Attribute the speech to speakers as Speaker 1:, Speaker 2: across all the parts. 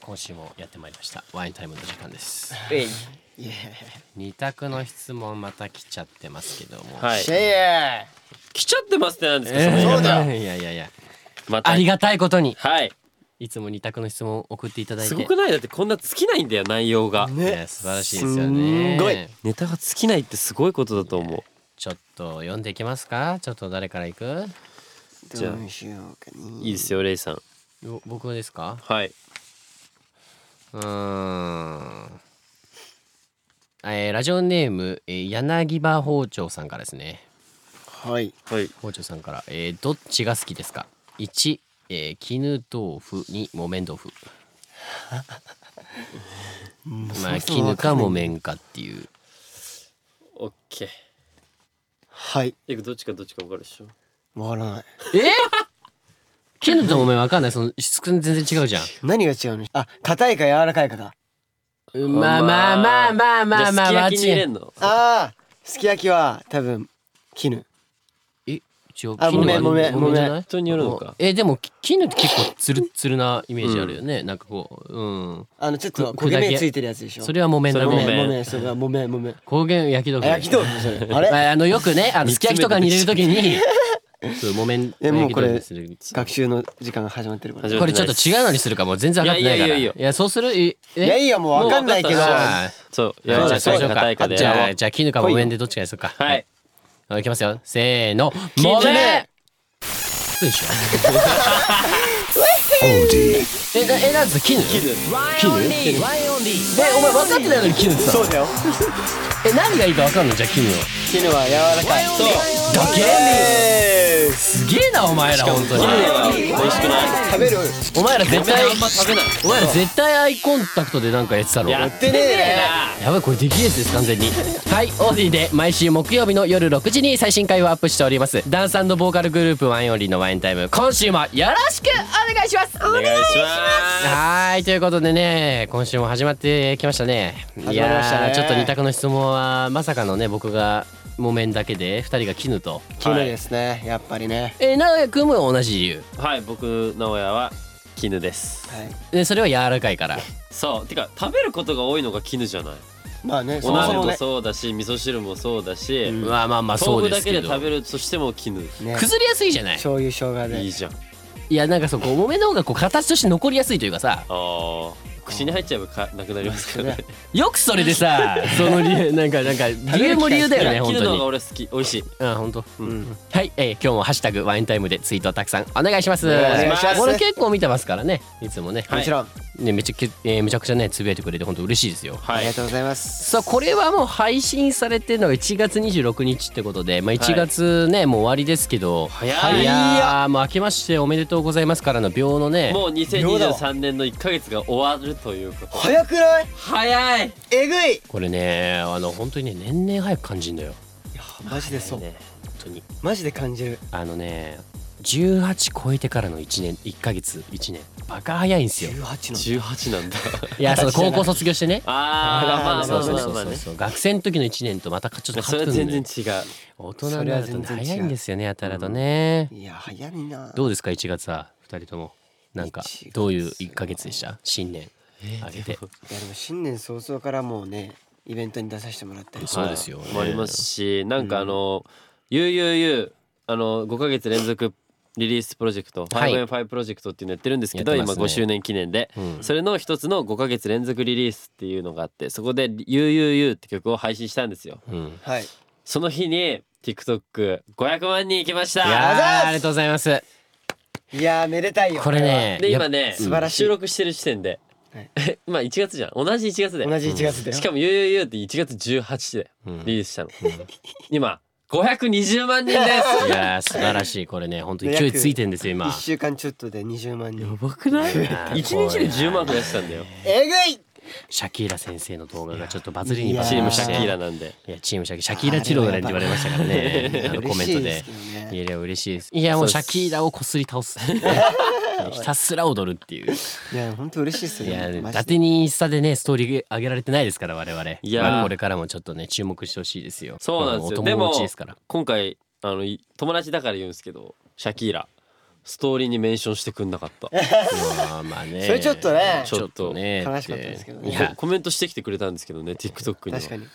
Speaker 1: 今週もやってまいりましたワインタイムの時間 です
Speaker 2: えい
Speaker 3: イエ
Speaker 1: 二択の質問また来ちゃってますけども
Speaker 2: は
Speaker 3: ー
Speaker 2: い
Speaker 3: イシェイエ
Speaker 2: 来ちゃってますってなんですか、
Speaker 1: えー
Speaker 2: その
Speaker 3: そうだよ
Speaker 1: いやいやいや
Speaker 2: また
Speaker 1: ありがたいことに
Speaker 2: はい
Speaker 1: いつも二択の質問を送っていただいて
Speaker 2: すごくないだってこんな尽きないんだよ内容が、
Speaker 3: ー
Speaker 1: いや素晴らしいですよね
Speaker 3: すんごい
Speaker 2: ネタが尽きないってすごいことだと思う
Speaker 1: ちょっと読んでいきますかちょっと誰からいく
Speaker 2: じゃあ
Speaker 3: どうしようかね
Speaker 2: いいですよレイさん
Speaker 1: ぼ僕ですか
Speaker 2: はいう
Speaker 1: ーんえーラジオネーム、えー柳葉包丁さんからですね
Speaker 3: はい
Speaker 2: はい
Speaker 1: 包丁さんから、えーどっちが好きですか1、えー絹豆腐2木綿豆腐まあ絹か木綿かっていう
Speaker 2: オッケー
Speaker 3: はい
Speaker 2: えどっちかどっちか分かるでしょ
Speaker 3: わからない
Speaker 1: え 絹と木綿わかんないその質感全然違うじゃん
Speaker 3: 何が違うのあ硬いか柔らかいかだ
Speaker 1: まあまあまあまあまあまあ
Speaker 2: じゃ
Speaker 1: ま
Speaker 2: あ
Speaker 1: あ
Speaker 2: すき焼きに入れんの
Speaker 3: ああすき焼きは多分絹
Speaker 1: え一応
Speaker 3: あ
Speaker 1: 絹は
Speaker 3: 木綿木綿
Speaker 1: 木綿じゃない
Speaker 2: 人によるのか
Speaker 1: えでもき絹って結構つるっつるなイメージあるよね、なんかこううん
Speaker 3: あのちょっと
Speaker 1: ここ
Speaker 3: 焦
Speaker 1: だ
Speaker 3: げ
Speaker 1: け
Speaker 3: 目ついてるやつでしょ
Speaker 1: それは木綿だ
Speaker 2: それ
Speaker 3: も
Speaker 2: は木
Speaker 3: め
Speaker 2: 綿
Speaker 3: もめそれはもめもめ
Speaker 1: 高原焼き豆腐
Speaker 3: あ焼き豆腐そ れあれ
Speaker 1: ああのよくねあの
Speaker 2: 三
Speaker 1: す
Speaker 2: つ
Speaker 1: き
Speaker 2: 目
Speaker 1: 焼きとかに入れるときにそう木綿
Speaker 3: え
Speaker 1: の
Speaker 3: もう
Speaker 1: 焼き
Speaker 3: こ
Speaker 1: 豆
Speaker 3: れ
Speaker 1: 腐にする
Speaker 3: 学習の時間が始まってるから
Speaker 2: 始ま
Speaker 1: これちょっと違うのにするかもう全然分かってないから
Speaker 2: いやいやいやいや
Speaker 1: そうするい
Speaker 3: いやいやもうわかんないけど
Speaker 2: もうわかっ
Speaker 1: あ
Speaker 2: そう
Speaker 1: ーじゃあ
Speaker 2: や
Speaker 1: そうしよう
Speaker 2: 硬いか
Speaker 1: か
Speaker 2: で
Speaker 1: じゃあじゃあ絹か木綿でどっちかにするか
Speaker 2: はいはい
Speaker 1: いきますよせーの木
Speaker 2: 絹
Speaker 1: 綿そうでしょえなえなんつう絹絹でお前分かってないのに絹ってさ
Speaker 3: そうだよ
Speaker 1: え何がいいか分かんのじゃあ絹は
Speaker 3: 絹は柔らかい
Speaker 2: そう
Speaker 1: だけすげえなお前ら本当に
Speaker 2: 絹は美味しくない
Speaker 3: 食べる
Speaker 1: お前ら絶対
Speaker 2: あんま食べない
Speaker 1: お前ら絶対アイコンタクトでなんかやってたろ
Speaker 2: や
Speaker 1: や
Speaker 2: ってねえな
Speaker 1: ばいこれできるやつです完全にはいオーディで毎週木曜日の夜6時に最新回をアップしておりますダンスボーカルグループワインオンリーのワインタイム今週もよろしくお願いします
Speaker 2: お願いしま
Speaker 1: はーいということでね今週も始まってきましたね
Speaker 3: ま
Speaker 1: い
Speaker 3: りましたね
Speaker 1: やーちょっと二択の質問はまさかのね僕が木綿だけで二人が絹と
Speaker 3: 絹ですねやっぱりね
Speaker 1: えー、直哉君も同じ理由
Speaker 2: すはい僕直哉は絹です
Speaker 3: はい
Speaker 1: でそれは柔らかいから
Speaker 2: そうてか食べることが多いのが絹じゃない
Speaker 3: まあねそ
Speaker 2: お
Speaker 3: もそ
Speaker 2: 鍋
Speaker 3: も
Speaker 2: も
Speaker 3: ね
Speaker 2: そうだし味噌汁もそうだし、
Speaker 1: まあまあまあそ
Speaker 2: 豆
Speaker 1: う
Speaker 2: 腐
Speaker 1: で
Speaker 2: だ
Speaker 1: す
Speaker 2: け
Speaker 1: け
Speaker 2: で
Speaker 1: ど
Speaker 2: 食べるとしても絹
Speaker 3: ね
Speaker 1: 崩れやすいじゃない
Speaker 3: 醤油生姜
Speaker 2: いい
Speaker 3: で
Speaker 2: じゃんあ
Speaker 1: いやなんかそうこう木綿の方がこう形として残りやすいというかさ
Speaker 2: ー口に入っちゃえばかなくなりますからね
Speaker 1: よくそれでさその理由なんかなんか理由も理由だよね本
Speaker 2: 絹
Speaker 1: 当
Speaker 2: の方が
Speaker 1: に
Speaker 2: 俺好き美味しい
Speaker 1: うん本当、
Speaker 2: ん
Speaker 1: うんはい、えー、今日もハッシュタグワインタイムでツイートをたくさんお願いします
Speaker 3: 願いします
Speaker 1: これ結構見てますからねいつもね、
Speaker 3: もちろん
Speaker 1: ねめちゃく、えーめちゃくちゃねつぶやいてくれて本当嬉しいですよ
Speaker 3: あ
Speaker 2: は
Speaker 3: り
Speaker 2: い
Speaker 3: がとうございます
Speaker 1: さあこれはもう配信されてるのが1月26日ってことで、まあ、1月ね、もう終わりですけど
Speaker 2: 早い
Speaker 1: やーもう明けましておめでとうございますからの秒のね
Speaker 2: もう2023年の1ヶ月が終わるということ
Speaker 3: 早くない
Speaker 2: 早い
Speaker 3: えぐい
Speaker 1: これねあの本当にね年々早く感じるんだよ
Speaker 3: いやマジでそう
Speaker 1: ね本当に
Speaker 3: マジで感じる
Speaker 1: あのね18超えてからの1年1ヶ月1年バカ早いん ですよ
Speaker 3: 18の
Speaker 2: 18なんだ
Speaker 1: いやその高校卒業してね
Speaker 2: あ
Speaker 3: あ
Speaker 2: ー
Speaker 3: ー
Speaker 1: そ
Speaker 2: まあ
Speaker 1: う
Speaker 2: まあ
Speaker 1: そう
Speaker 2: まあ
Speaker 1: そう
Speaker 2: ま
Speaker 1: そ
Speaker 2: あ
Speaker 1: う
Speaker 2: ね
Speaker 1: 学生の時の1年とまたちょっと
Speaker 2: そ
Speaker 1: 変わ
Speaker 2: れ
Speaker 1: って
Speaker 2: は
Speaker 1: くる
Speaker 2: 全
Speaker 1: のよ
Speaker 2: 然違う
Speaker 1: 大人になるとね
Speaker 3: それは全然違う
Speaker 1: 早いんですよねやたらとね、
Speaker 3: いや早いな
Speaker 1: どうですか1月は2人ともなんか
Speaker 3: 1月
Speaker 1: どういう1ヶ月でした新年あげて
Speaker 3: いやでも新年早々からもうねイベントに出させてもらったり
Speaker 1: そうですよね
Speaker 2: はい、もありますしなんかあの「UUU」あの5ヶ月連続リリースプロジェクト
Speaker 1: はい
Speaker 2: 5M5 プロジェクトっていうのやってるんですけど、
Speaker 1: やってま
Speaker 2: 今
Speaker 1: すね
Speaker 2: 5周年記念で、それの一つの5ヶ月連続リリースっていうのがあってそこで「UUU」って曲を配信したんですよ。
Speaker 1: うんい
Speaker 3: はい
Speaker 2: その日に TikTok500 万人いきました
Speaker 1: や
Speaker 3: ありがとうございま
Speaker 1: ー
Speaker 3: す
Speaker 1: ありがとうございます
Speaker 3: いやーめでたいよ
Speaker 1: これね
Speaker 2: で
Speaker 1: やっ
Speaker 2: 今ね
Speaker 3: 素晴らしい
Speaker 2: 収録してる時点で、
Speaker 3: はい
Speaker 2: まあ1月じゃん同じ1月で
Speaker 3: 同じ1月だよ
Speaker 2: しかも「UUU」って1月18で
Speaker 1: うん
Speaker 2: リリースしたの、今520万人です
Speaker 1: いやー素晴らしいこれね本当に勢いついてんですよ今
Speaker 3: 1週間ちょっとで20万人
Speaker 2: ばくない
Speaker 1: や
Speaker 2: 一日で10万増やしたんだよ
Speaker 3: えぐい
Speaker 1: シャキーラ先生の動画がちょっとバズりに
Speaker 3: いや
Speaker 1: バズ
Speaker 2: チ
Speaker 1: り
Speaker 2: ー
Speaker 1: ま
Speaker 2: ム
Speaker 1: し
Speaker 2: シ
Speaker 1: て
Speaker 2: ャキーラなんで
Speaker 1: いやチームシャキシャキーラチローラに言われましたから ねあのコメントで
Speaker 3: 嬉しいですけど
Speaker 1: い
Speaker 3: ね
Speaker 1: やいや嬉しいですいやもうシャキーラをこすり倒すひたすら踊るっていう
Speaker 3: いや本当嬉しいです
Speaker 1: い
Speaker 3: よ
Speaker 1: や
Speaker 3: ね
Speaker 1: 伊
Speaker 3: マジで
Speaker 1: 達にインスタでねストーリー上げられてないですから我々
Speaker 2: いやー
Speaker 1: まあこれからもちょっとね注目してほしいですよ
Speaker 2: そうなんですよ
Speaker 1: お
Speaker 2: で
Speaker 1: 友
Speaker 2: も
Speaker 1: 達ですから
Speaker 2: 今回あのい友達だから言うんですけどシャキーラストーリーにメンションしてくんなかった。
Speaker 1: まあまあね
Speaker 3: それちょっとね
Speaker 1: ちょっとね
Speaker 3: 悲しかったですけどね
Speaker 1: い
Speaker 2: こ
Speaker 1: や
Speaker 2: コメントしてきてくれたんですけどね TikTok には
Speaker 3: 確かに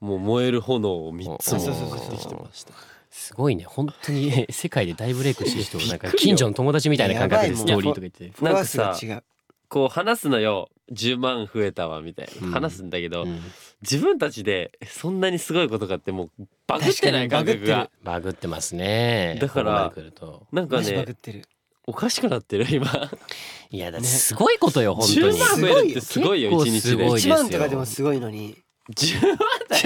Speaker 2: もう燃える炎を3つも
Speaker 1: あそう
Speaker 3: そうそうそう
Speaker 2: 送ってきてました
Speaker 1: すごいね本当 に世界で大ブレイクしてる人をなんか
Speaker 2: びっくりよ
Speaker 1: 近所の友達みたいな感覚
Speaker 3: や
Speaker 1: で
Speaker 3: ばい
Speaker 1: ス
Speaker 3: もん
Speaker 1: トーリーとか言って
Speaker 3: フォロワー数が違う
Speaker 2: こう話すのよ10万増えたわみたいな、
Speaker 1: うん
Speaker 2: 話すんだけど、
Speaker 1: うん
Speaker 2: 自分たちでそんなにすごいことがあってもうバグってない
Speaker 3: 確
Speaker 2: 感
Speaker 3: かに
Speaker 2: 覚が
Speaker 1: バグってますね
Speaker 2: だから
Speaker 1: ここまで来ると
Speaker 2: なんか
Speaker 3: マジバ
Speaker 2: ね
Speaker 3: グってる
Speaker 2: おかしくなってる今
Speaker 1: いやだって
Speaker 3: ね
Speaker 1: すごいこと よ本当
Speaker 2: 10
Speaker 1: に
Speaker 2: 万増えるってすごいよ
Speaker 1: 結構
Speaker 2: 1日で
Speaker 1: ごいです
Speaker 3: 1
Speaker 1: よ
Speaker 3: 万とかでもすごいの に
Speaker 2: 10万
Speaker 1: い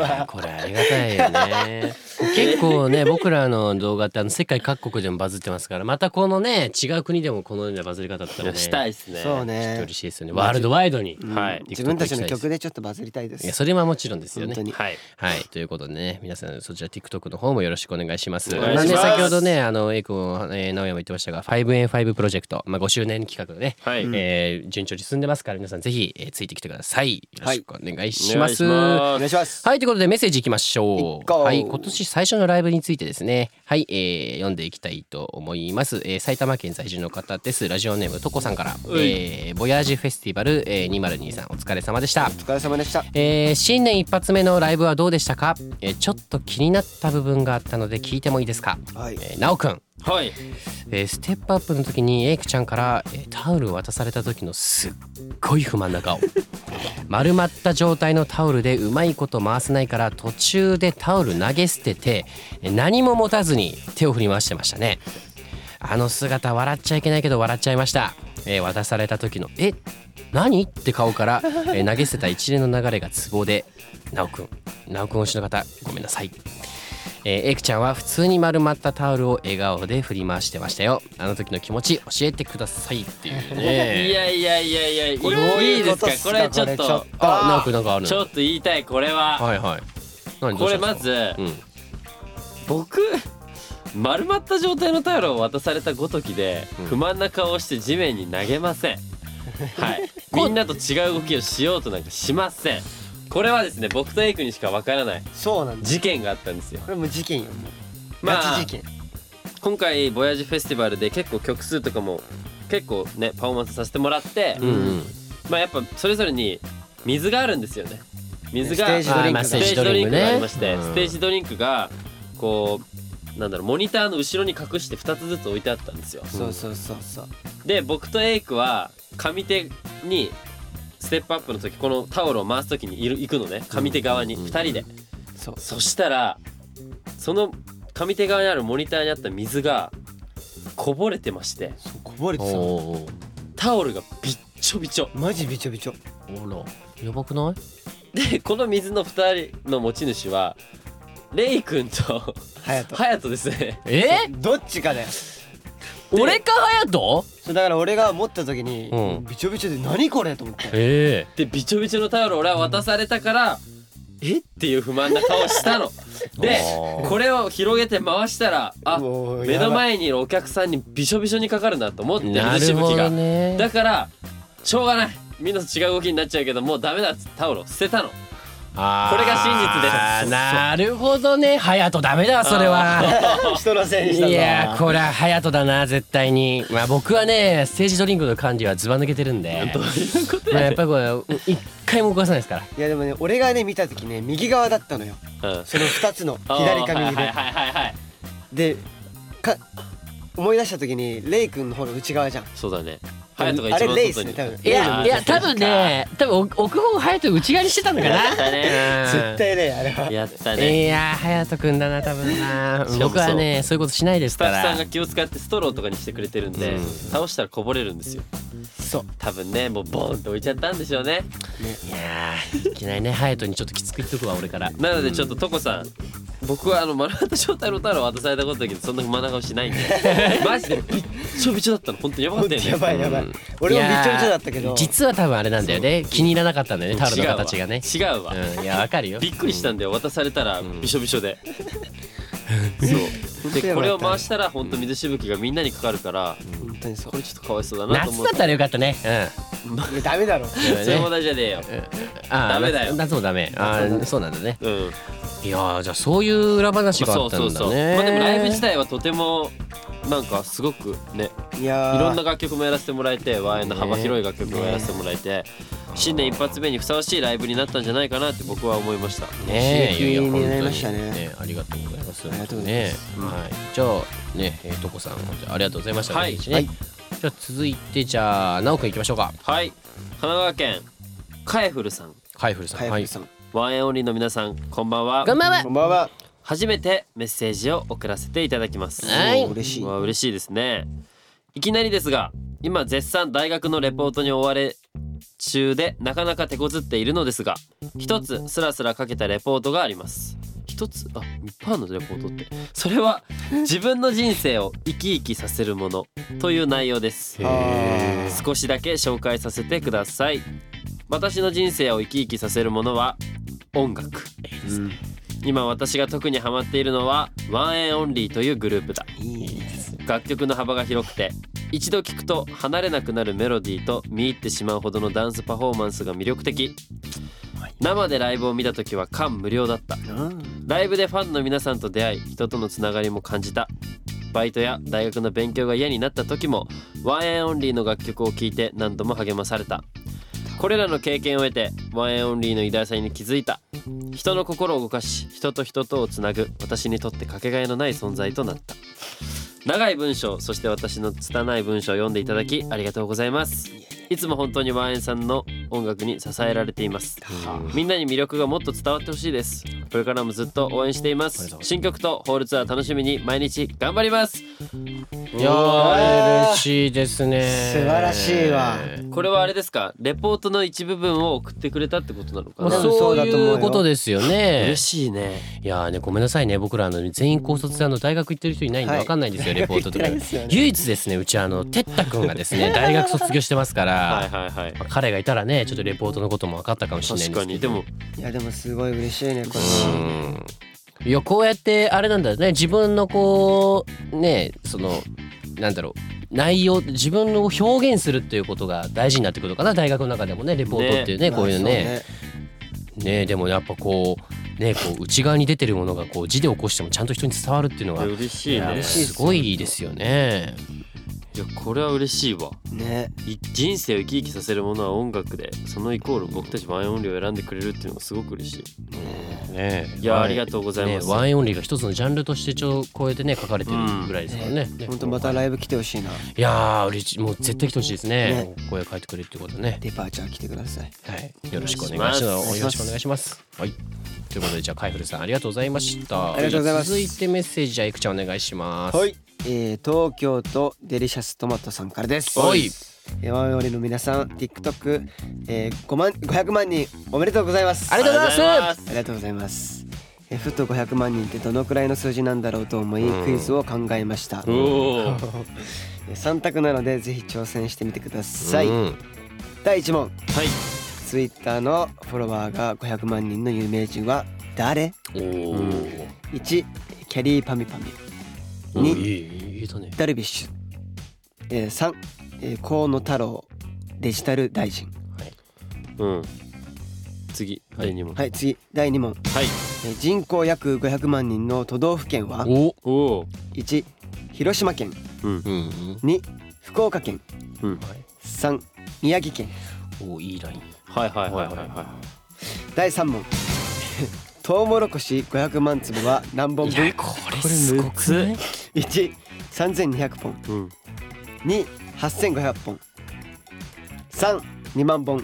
Speaker 1: やこれありがたいよね結構ね僕らの動画ってあの世界各国でもバズってますからまたこのね違う国でもこのようなバズり方だったらね
Speaker 2: した
Speaker 1: い
Speaker 2: いっすね
Speaker 3: そうね
Speaker 1: 嬉しいですよねワールドワイドに、
Speaker 3: うん
Speaker 2: はい
Speaker 3: 自分たちの曲でちょっとバズりたいで
Speaker 1: いや
Speaker 3: す
Speaker 1: それはもちろんですよ
Speaker 3: 本
Speaker 1: ね
Speaker 3: 当に
Speaker 2: はい
Speaker 1: はいということでね皆さんそちら TikTok の方もよろしくお願いします
Speaker 2: お
Speaker 3: 願いします
Speaker 1: ね先ほどねあの A 君も、えー、直哉も言ってましたが 5A5 プロジェクト、まあ、5周年企画のね、
Speaker 2: はい、
Speaker 1: えー順調に進んでますから皆さんぜひ、えーついてきてくださいよろしくお願いします、
Speaker 2: お願いします
Speaker 3: お願いします
Speaker 1: はいということでメッセージいきましょ
Speaker 3: いっ
Speaker 1: う。
Speaker 3: こう
Speaker 1: はい今年最初のライブについてですねはい、えー読んでいきたいと思います、えー埼玉県在住の方ですラジオネームとこさんから、
Speaker 2: うい
Speaker 1: えーボヤージフェスティバル、えー、2023お疲れ様でした。
Speaker 3: お疲れ様でした
Speaker 1: えー新年一発目のライブはどうでしたか、えーちょっと気になった部分があったので聞いてもいいですか、
Speaker 3: はい
Speaker 1: えー、なおくん、
Speaker 2: はい
Speaker 1: えーステップアップの時にエイクちゃんから、えータオルを渡された時のすっごい不満な顔丸まった状態のタオルでうまいこと回せないから途中でタオル投げ捨ててえー何も持たずに手を振り回してましたねあの姿笑っちゃいけないけど笑っちゃいました、えー渡された時の「え何?」って顔から、え ー投げ捨てた一連の流れがツボで「なおくんなおくん推しの方ごめんなさい」えー、エイクちゃんは普通に丸まったタオルを笑顔で振り回してましたよあの時の気持ち教えてくださいっていう
Speaker 2: い
Speaker 1: ね
Speaker 2: やいやいやいやいい
Speaker 3: これどう
Speaker 2: い
Speaker 3: い
Speaker 2: いうで
Speaker 3: こ
Speaker 2: すか
Speaker 3: とっすか
Speaker 2: これちょっ
Speaker 3: これちょっと
Speaker 2: と
Speaker 1: あなんかなんかあるの
Speaker 2: ちょっと言いたいこれは、
Speaker 1: はいはい何ど
Speaker 2: こ
Speaker 1: うし
Speaker 2: れ
Speaker 1: たん
Speaker 2: ま
Speaker 1: ですか
Speaker 2: ず
Speaker 1: うん
Speaker 2: 僕丸まった状態のタオルを渡されたごときで、
Speaker 1: うん
Speaker 2: 不満な顔をして地面に投げません はいみんなと違う動きをしようとなんかしませんこれはですね僕とエイクにしかわからない
Speaker 3: そうなんだ
Speaker 2: 事件があったんですよ
Speaker 3: これもう事件よもう
Speaker 2: まあ
Speaker 3: ガチ事件
Speaker 2: 今回ボヤージュフェスティバルで結構曲数とかも結構ねパフォーマンスさせてもらって、
Speaker 1: うんうん
Speaker 2: まあやっぱそれぞれに水があるんですよね水が
Speaker 3: ステージドリンク
Speaker 1: あまあ
Speaker 2: ステージドリンクがありまして、
Speaker 1: うん
Speaker 2: ステージドリンクがこうなんだろうモニターの後ろに隠して2つずつ置いてあったんですよ
Speaker 3: そうそうそうそう
Speaker 2: で僕とエイクは上手にステップアップの時このタオルを回す時にいる行くのね上手側に
Speaker 1: うん
Speaker 2: 2人で
Speaker 3: そう
Speaker 2: そしたらその上手側にあるモニターにあった水がこぼれてまして
Speaker 3: そうこぼれて
Speaker 1: お
Speaker 3: さ
Speaker 1: おお
Speaker 2: タオルがびっちょびちょ
Speaker 3: マジびちょびちょ
Speaker 1: おらやばくない
Speaker 2: でこの水の2人の持ち主はレイ君 と
Speaker 3: ハヤト
Speaker 2: ハヤトですね
Speaker 1: え
Speaker 3: どっちかだよ
Speaker 1: 俺か隼人
Speaker 3: そうだから俺が持った時に、
Speaker 1: うん
Speaker 3: びちょびちょで何これと思って
Speaker 1: え
Speaker 2: でびちょびちょのタオルを俺は渡されたから、えっていう不満な顔したので
Speaker 1: あー
Speaker 2: これを広げて回したらあ
Speaker 3: おー
Speaker 2: 目
Speaker 3: や
Speaker 2: の
Speaker 3: ばい
Speaker 2: 前にいるお客さんにびしょびしょにかかるなと思って
Speaker 1: えな
Speaker 2: 水し
Speaker 1: る
Speaker 2: ぶ
Speaker 1: ほ
Speaker 2: きが、
Speaker 1: どね
Speaker 2: だからしょうがないみんなと違う動きになっちゃうけどもうダメだっつってタオルを捨てたの
Speaker 1: あー
Speaker 2: これが真実です
Speaker 1: あーなるほどね隼人ダメだわそれ は
Speaker 3: 人のせいにした
Speaker 1: い
Speaker 3: ぞ
Speaker 1: やーこれは隼人だな絶対にまあ僕はねステージドリンクの管理はずば抜けてるんで
Speaker 2: どういうこと
Speaker 1: まあや
Speaker 2: や
Speaker 1: っ
Speaker 2: ね
Speaker 1: ぱりこれうん一回も動かさないですから
Speaker 3: いやでもね俺がね見た時ね右側だったのよ
Speaker 2: うん
Speaker 3: その2つの左か
Speaker 2: あー
Speaker 3: 右
Speaker 2: は
Speaker 3: で
Speaker 2: いはいはいはいはい
Speaker 3: でか思い出した時にレイ君の方の内側じゃん
Speaker 2: そうだね
Speaker 3: あ
Speaker 2: ハ
Speaker 3: れ
Speaker 2: ヤトが一番外
Speaker 3: レ
Speaker 2: に
Speaker 3: イっすね多分
Speaker 1: い
Speaker 2: あ
Speaker 1: や
Speaker 2: ー
Speaker 1: いや多分ね多分奥奥方隼人内側にしてたのかな
Speaker 2: だね
Speaker 1: うん
Speaker 3: 絶対レイあれは
Speaker 2: やったね
Speaker 1: いやー隼人くんだな多分な
Speaker 2: そうそう
Speaker 1: 僕はねそういうことしないです
Speaker 2: ス
Speaker 1: か
Speaker 2: タッフさん
Speaker 1: ら
Speaker 2: が気を使ってストローとかにしてくれてるんで、
Speaker 1: うん
Speaker 2: 倒したらこぼれるんですよ
Speaker 3: そう
Speaker 2: 多分ねもうボーンって置いちゃったんでしょうね
Speaker 1: いやーいけないね隼人にちょっときつく言っとくわ俺から
Speaker 2: なのでちょっとトコさん、僕はあの丸畑翔太郎太郎渡されたことだけどそんな真似顔しないんでマジでびっちょびちょだったの本当にやばか
Speaker 3: ほ
Speaker 2: っ
Speaker 3: んと
Speaker 2: たよね
Speaker 3: やばいやばい、俺もびっちょびちょだったけ
Speaker 1: いや
Speaker 3: ど
Speaker 1: ー実は多分あれなんだよね気に入らなかったんだよねタオルの
Speaker 2: 違うわ
Speaker 1: 形がね
Speaker 2: 違うわ、
Speaker 1: うんいやわかるよ
Speaker 2: びっくりしたんだよ渡されたら
Speaker 1: ん
Speaker 2: びしょびしょで、そう
Speaker 3: 本当
Speaker 2: で
Speaker 3: や
Speaker 2: こ
Speaker 3: ば
Speaker 2: れ
Speaker 3: か
Speaker 2: を
Speaker 3: った
Speaker 2: 回したら本当水しぶきがみんなにかかるから、
Speaker 3: 本当にそう
Speaker 2: これちょっとかわいそうだなと
Speaker 1: 夏
Speaker 2: 思っ
Speaker 1: だ
Speaker 2: て
Speaker 1: ったらよかったね
Speaker 3: いやダメだろ
Speaker 1: うん
Speaker 2: それも大事でよ、
Speaker 1: あー
Speaker 2: ダメだよ
Speaker 1: 夏もダメあーそうなんだね
Speaker 2: うん
Speaker 1: いやーじゃあそういう裏話があ
Speaker 2: そ
Speaker 1: っ
Speaker 2: う
Speaker 1: た
Speaker 2: そうん
Speaker 1: だ
Speaker 2: そうまあでもライブ自
Speaker 1: ね
Speaker 2: 体はとてもなんかすごくね
Speaker 3: いやー
Speaker 2: いろんな楽曲もやらせてもらえてワンエンの幅広い楽曲もやらせてもらえて新年一発目にふさわしいライブになったんじゃないかなって僕は思いました
Speaker 1: ねえ、
Speaker 3: 刺激に
Speaker 1: いやいや
Speaker 3: なりましたね
Speaker 1: 本当にありがとうございます。
Speaker 3: ありがとうござい
Speaker 1: ね
Speaker 3: ま
Speaker 1: はい、じゃあね、えー、とこさん本当にありがとうございました。
Speaker 2: はい
Speaker 1: 毎日ね
Speaker 3: はい
Speaker 1: じゃあ続いてじゃあなおくん行きましょうか。
Speaker 2: はい神奈川県カエフルさん
Speaker 1: カイフルさん。
Speaker 3: 早くさん
Speaker 2: ワンエンオンリーの皆さんこんばんは
Speaker 1: こんばんは
Speaker 3: こ。んばんは
Speaker 2: 初めてメッセージを送らせていただきます
Speaker 1: はいう
Speaker 3: 嬉しい
Speaker 2: わあ嬉しいですねいきなりですが今絶賛大学のレポートに追われ中でなかなか手こずっているのですが一つスラスラかけたレポートがあります一つあパーのレポートってそれは自分の人生を生き生きさせるものという内容です
Speaker 1: へ
Speaker 3: あー
Speaker 2: 少しだけ紹介させてください私の人生を生き生きさせるものは音楽
Speaker 3: うん
Speaker 2: 今私が特にハマっているのはワンエンオンリーというグループだ
Speaker 3: いいです
Speaker 2: 楽曲の幅が広くて一度聴くと離れなくなるメロディーと見入ってしまうほどのダンスパフォーマンスが魅力的生でライブを見た時は感無量だった
Speaker 3: な
Speaker 2: ライブでファンの皆さんと出会い人とのつながりも感じたバイトや大学の勉強が嫌になった時もワンエンオンリーの楽曲を聴いて何度も励まされたこれらの経験を得てワンエンオンリーの偉大さに気づいた人の心を動かし人と人とをつなぐ私にとってかけがえのない存在となった長い文章そして私の拙い文章を読んでいただきありがとうございますいつも本当にワンエンさんの音楽に支えられていますみんなに魅力がもっと伝わってほしいですこれからもずっと応援していま
Speaker 1: ありが
Speaker 2: す
Speaker 1: とうござ
Speaker 2: 新曲とホールツアー楽しみに毎日頑張ります
Speaker 1: いやー嬉しいですね。
Speaker 3: 素晴らしいわ
Speaker 2: これはあれですかレポートの一部分を送ってくれたってことなのか
Speaker 1: まあ
Speaker 2: な
Speaker 3: 多分
Speaker 1: そ
Speaker 3: そう
Speaker 1: う
Speaker 3: だと思うよ
Speaker 1: いうことですよね
Speaker 2: 嬉。しいね
Speaker 1: いやーねごめんなさいね僕らあの全員高卒であの大学行ってる人いないんで
Speaker 3: はい
Speaker 1: わかんないんですよ、レポートとか
Speaker 3: いないですよね
Speaker 1: 唯一ですねうちあのてったくんが ですね大学卒業してますから、
Speaker 2: はいはいはい
Speaker 1: まあ彼がいたらねちょっとレポートのことも分かったかもしれないんで
Speaker 2: 確か
Speaker 1: すけ
Speaker 2: に
Speaker 1: ど
Speaker 2: でも
Speaker 3: いやでもすごい嬉しいねこれは
Speaker 1: うんいやこうやってあれなんだよね自分のこうねそのなんだろう内容自分を表現するっていうことが大事になってくるのかな大学の中でもねレポートっていうねこういうのねねでもやっぱこうねこう内側に出てるものがこう字で起こしてもちゃんと人に伝わるっていうのが
Speaker 2: 嬉しい
Speaker 1: いや
Speaker 2: ね
Speaker 3: 嬉しいです
Speaker 1: すごいですよね。
Speaker 2: いやこれは嬉しいわ
Speaker 3: そうねね
Speaker 2: い人生を生き生きさせるものは音楽でそのイコール僕たちワンエンオンリーを選んでくれるっていうのがすごく嬉しい
Speaker 1: ね
Speaker 2: いや
Speaker 1: は
Speaker 2: ありがとうございます
Speaker 1: ねワンエンオンリーが一つのジャンルとしてちょ超えてね書かれてるぐらいですからね。ね
Speaker 3: 本当またライブ来てほしいない
Speaker 1: やー嬉しいもう絶対来てほしいですね。声変えてくれるってことね。
Speaker 3: デパーチャー来てください
Speaker 1: はいよろしくお願いします。
Speaker 2: お願いします
Speaker 1: よろしくお願いします。はい。ということでじゃあカイフルさんありがとうございました。
Speaker 3: ありがとうございます
Speaker 1: 続いてメッセージじゃあいくちゃんお願いします。
Speaker 3: はい、えー、東京都デリシャストマトさんからです。
Speaker 1: はい。
Speaker 3: えー、ワンオンリーの皆さん、TikTok、えー、5万500万人おめでとうございます。
Speaker 1: ありがとうございます
Speaker 3: ありがとうございます。えー、ふと500万人ってどのくらいの数字なんだろうと思い、
Speaker 1: うん
Speaker 3: クイズを考えました。え
Speaker 2: お
Speaker 3: ー
Speaker 2: おー
Speaker 3: 三択なのでぜひ挑戦してみてください。
Speaker 1: うん
Speaker 3: 第一問、
Speaker 2: はい
Speaker 3: Twitter のフォロワーが500万人の有名人は誰
Speaker 1: おお。
Speaker 3: ?1、キャリーパミパミ。
Speaker 1: い
Speaker 3: 2、
Speaker 1: いいいとね。
Speaker 3: ダルビッシュ、えー、3、えー、河野太郎デジタル大臣
Speaker 2: うん次第2問
Speaker 3: はい次第2問、
Speaker 2: はい
Speaker 3: えー、人口約500万人の都道府県は
Speaker 1: お
Speaker 2: おお
Speaker 3: 1広島県
Speaker 2: うん
Speaker 1: うん
Speaker 3: 2福岡県
Speaker 2: うん
Speaker 3: 3宮城県
Speaker 1: うん。おいいライン。
Speaker 2: はいはいはいはいは
Speaker 3: 第3問 トウモロコシ500万粒は何本
Speaker 1: いや
Speaker 3: 分
Speaker 1: これすごくね。
Speaker 3: ?13200 本
Speaker 2: いうん
Speaker 3: 28500本32万本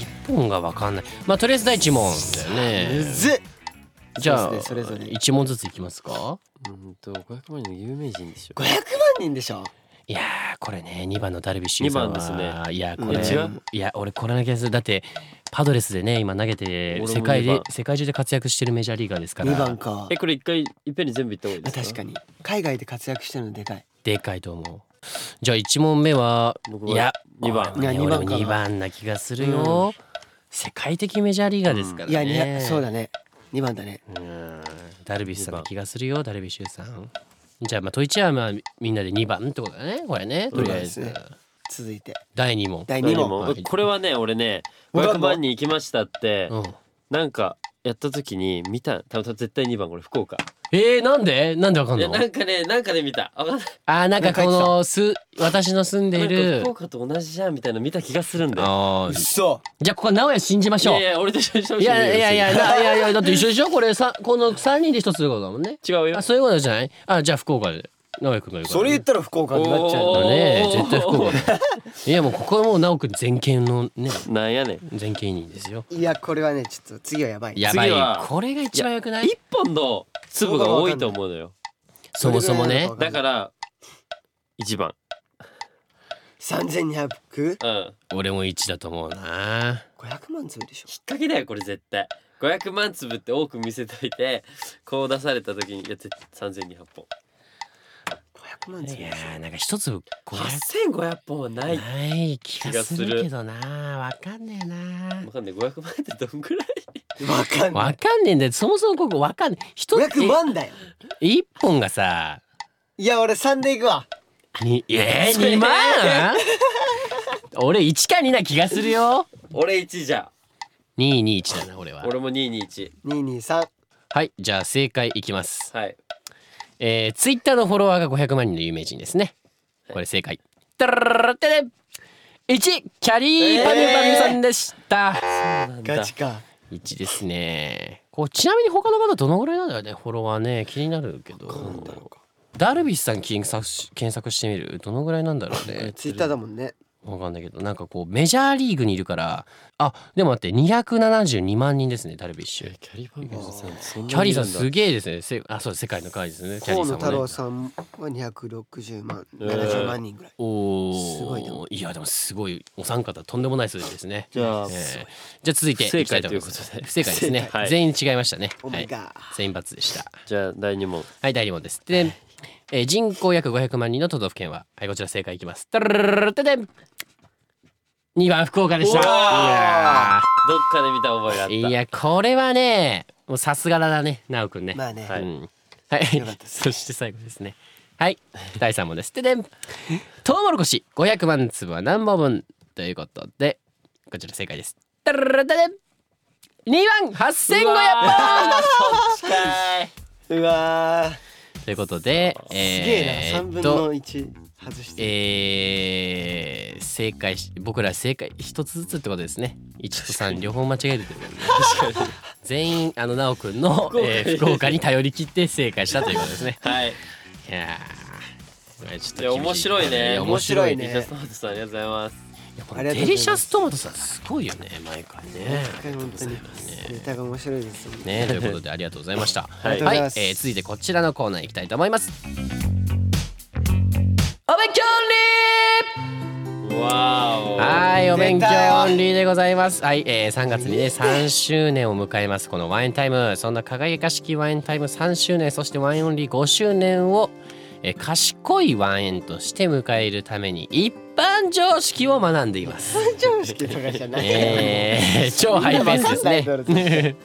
Speaker 1: 一本がわかんない。まあとりあえず第一問だよ
Speaker 3: む
Speaker 1: ね。
Speaker 3: ずっ
Speaker 1: じゃあ
Speaker 3: そうですねそれぞれ
Speaker 1: 一問ずついきますか。
Speaker 2: うんと500万人の有名人でしょ
Speaker 3: 500万人でしょ
Speaker 1: いやーこれね2番のダルビッシュ有さんは
Speaker 2: 二番です
Speaker 1: いやこれ、
Speaker 3: うん
Speaker 2: 違う
Speaker 1: いや俺これな気がするだってパドレスでね今投げ
Speaker 2: 俺
Speaker 1: て
Speaker 2: も
Speaker 1: 世界
Speaker 2: 二
Speaker 1: で
Speaker 2: 番
Speaker 1: 世界中で活躍してるメジャーリーガーですから
Speaker 3: 2番か
Speaker 2: えこれ一回いっぺんに全部言った方がいい
Speaker 3: あ
Speaker 2: ですか
Speaker 3: 確かに海外で活躍してるのでかい
Speaker 1: でかいと思うじゃあ1問目は
Speaker 2: 僕はい
Speaker 1: や
Speaker 2: 二
Speaker 1: 俺
Speaker 2: 番
Speaker 1: はね
Speaker 3: いや二番
Speaker 1: 俺
Speaker 3: か
Speaker 1: も2番な気がするよ、世界的メジャーリーガーですから
Speaker 3: い
Speaker 1: ね、
Speaker 3: やいやそうだね2番だね
Speaker 1: うんダルビッシュさんな気がするよダルビッシュさんじゃあまあトイチはまあみんなで2番ってことだねこれねとりあえず、
Speaker 3: そうですね続いて
Speaker 1: 第2問
Speaker 3: 第
Speaker 2: 何
Speaker 3: 2
Speaker 2: も
Speaker 3: 問
Speaker 1: はい
Speaker 2: これはね俺ね
Speaker 3: わか
Speaker 2: 500
Speaker 3: んの
Speaker 2: 万人行きましたって
Speaker 1: うん
Speaker 2: なんかやった時に見た多分絶対2番これ福岡
Speaker 1: ええー、なんでなんでわかん
Speaker 2: い
Speaker 1: の
Speaker 2: やなんかねなんかで見たわかんない
Speaker 1: あーなんかこのす私の住んでい
Speaker 2: なんか
Speaker 1: る
Speaker 2: 福岡と同じじゃんみたいなの見た気がするんだよ
Speaker 1: あー
Speaker 3: そ
Speaker 1: じゃあここは直哉信じまし
Speaker 2: い
Speaker 1: ょう
Speaker 2: やいや俺と一緒にしてほし
Speaker 1: い
Speaker 2: い
Speaker 1: やいやいや
Speaker 2: 別
Speaker 1: ないやいやだって一緒でしょこれさ この三人で一つのことだもんね
Speaker 2: に違うよ
Speaker 1: あそういうことじゃないあじゃあ福岡で直哉くんがいる
Speaker 3: う。
Speaker 1: から
Speaker 3: それ言ったら福岡になっちゃう
Speaker 1: だ
Speaker 3: よ。
Speaker 1: ね
Speaker 2: おー
Speaker 1: 絶対福岡だいやもうここはもう直くん全権のね
Speaker 2: なんやねん
Speaker 1: 全権委員ですよ
Speaker 3: いやこれはねちょっと次はやばい。
Speaker 1: やばい
Speaker 2: 次は
Speaker 1: これが一番良くない
Speaker 2: 一本の粒が多いと思うのよ
Speaker 1: そもそもね
Speaker 2: だから一番
Speaker 3: 三千二百
Speaker 2: うん
Speaker 1: 俺も1だと思うな
Speaker 3: 五百万粒でしょ。
Speaker 2: きっかけだよこれ絶対500万粒って多く見せといてこう出された時にいや絶対3200本
Speaker 3: 五百万
Speaker 1: い
Speaker 3: 粒
Speaker 1: や
Speaker 3: でし
Speaker 1: ーなんか一粒これ
Speaker 2: 8500本はない
Speaker 1: ない気がするけどなわかんねえな
Speaker 2: わかんない500万ってどんぐらい
Speaker 3: ょ。わかんない。
Speaker 1: わかんねえんだよそもそもここわかんねえ一
Speaker 3: 五
Speaker 1: つ
Speaker 3: 百万だよ。
Speaker 1: え一本がさ
Speaker 3: いや俺三でいくわ。
Speaker 1: にえー、2万俺1か2な気がするよ
Speaker 2: 俺1じゃ
Speaker 1: 221だな俺は
Speaker 2: 俺も221
Speaker 3: 二二三。
Speaker 1: はいじゃあ正解いきます
Speaker 2: はい
Speaker 1: えー、ツイッターのフォロワーが500万人の有名人ですね。これ正解。たらてれん一キャリーパミュパミュさんでした。
Speaker 2: なんだ
Speaker 3: ガチか。
Speaker 1: 一、ですね。こうちなみに他の方どのぐらいなんだろうねフォロワーね気になるけど。ダルビッシュさん検索し検索してみるどのぐらいなんだろうね。
Speaker 3: ツイッターだもんね。
Speaker 1: わかんないけどなんかこうメジャーリーグにいるからあでも待って272万人ですねダルビッシュ。
Speaker 2: キャリーパミュさんそんなにいるんだ
Speaker 1: キャリーさんすげえですね。せあそう世界の会ですね。キャリー
Speaker 3: 河
Speaker 1: さん
Speaker 3: 野
Speaker 1: もね
Speaker 3: 太郎さんは二百六十万
Speaker 2: えー
Speaker 3: 七十万人ぐらい。
Speaker 1: おお。
Speaker 3: すごいない
Speaker 1: やでもすごいお三方とんでもない数字ですね。
Speaker 2: じゃあ
Speaker 1: えーじゃあ続いて
Speaker 2: 不正解
Speaker 1: きた思ま
Speaker 2: という
Speaker 1: す
Speaker 2: ことで
Speaker 1: 不正解ですね
Speaker 2: 不正。解はい
Speaker 1: 全員違いましたね。
Speaker 3: オ
Speaker 1: は
Speaker 3: メ
Speaker 1: い。
Speaker 3: ガ。
Speaker 1: 全員罰でした。
Speaker 2: じゃあ第2問
Speaker 1: はい第二問です。で、えー、人口約500万人の都道府県ははいこちら正解いきます。たるてでん。二番福岡でした。
Speaker 2: うわ
Speaker 1: い
Speaker 2: どっかで見た覚えがあっ
Speaker 1: や
Speaker 2: た
Speaker 1: ーいやこれはねもうさすがだねなおくんね。
Speaker 3: まあね。
Speaker 2: は
Speaker 1: う
Speaker 2: い
Speaker 1: んは
Speaker 3: よかった
Speaker 1: い。
Speaker 3: です
Speaker 1: そして最後ですね。はい。第三問です。ででん。トウモロコシ500万粒は何本分ということで、こちら正解です。だらららでん。2万8500
Speaker 2: うわ
Speaker 1: 本
Speaker 2: ーそっちかいう
Speaker 3: わー。
Speaker 1: ということで、
Speaker 3: すげえな。
Speaker 1: え
Speaker 3: 三
Speaker 1: ー
Speaker 3: 分
Speaker 1: っと、
Speaker 3: の一外して。
Speaker 1: えー、正解し、僕ら正解一つずつってことですね。1と3両方間違えててるからね。全員、あの、なおくんの、
Speaker 2: 岡に
Speaker 1: えー福岡に頼り切って正解したということですね。
Speaker 2: はい
Speaker 1: いやーこれちょっと
Speaker 2: いや
Speaker 1: 厳し
Speaker 2: 面白いね
Speaker 1: や
Speaker 3: 面白い
Speaker 2: デ
Speaker 3: ね
Speaker 2: リシャストマトさんありがとうございます
Speaker 1: やっぱ
Speaker 3: ありがとうございま
Speaker 1: デ
Speaker 3: す
Speaker 1: リシャストマトさんすごいよね毎回ね
Speaker 3: 一回本当にネタが面白いですよね。
Speaker 1: ね ということでありがとうございました。
Speaker 2: あり
Speaker 1: え
Speaker 2: がとうご
Speaker 3: ざいます
Speaker 1: ー続いてこちらのコーナー行きたいと思います。お勉強オンリ
Speaker 2: わ
Speaker 1: ー。
Speaker 2: ー
Speaker 1: はい、お勉強
Speaker 3: 出たよ
Speaker 1: オンリーでございます。はい、えー、3月にね3周年を迎えますこのワインタイム。そんな輝かしきワインタイム3周年、そしてワインオンリー5周年を、えー、賢いワインとして迎えるために一般常識を学んでいます。
Speaker 3: 常識とかじゃない。
Speaker 1: えー、超ハイペースです
Speaker 3: みんなわかんな
Speaker 1: ね。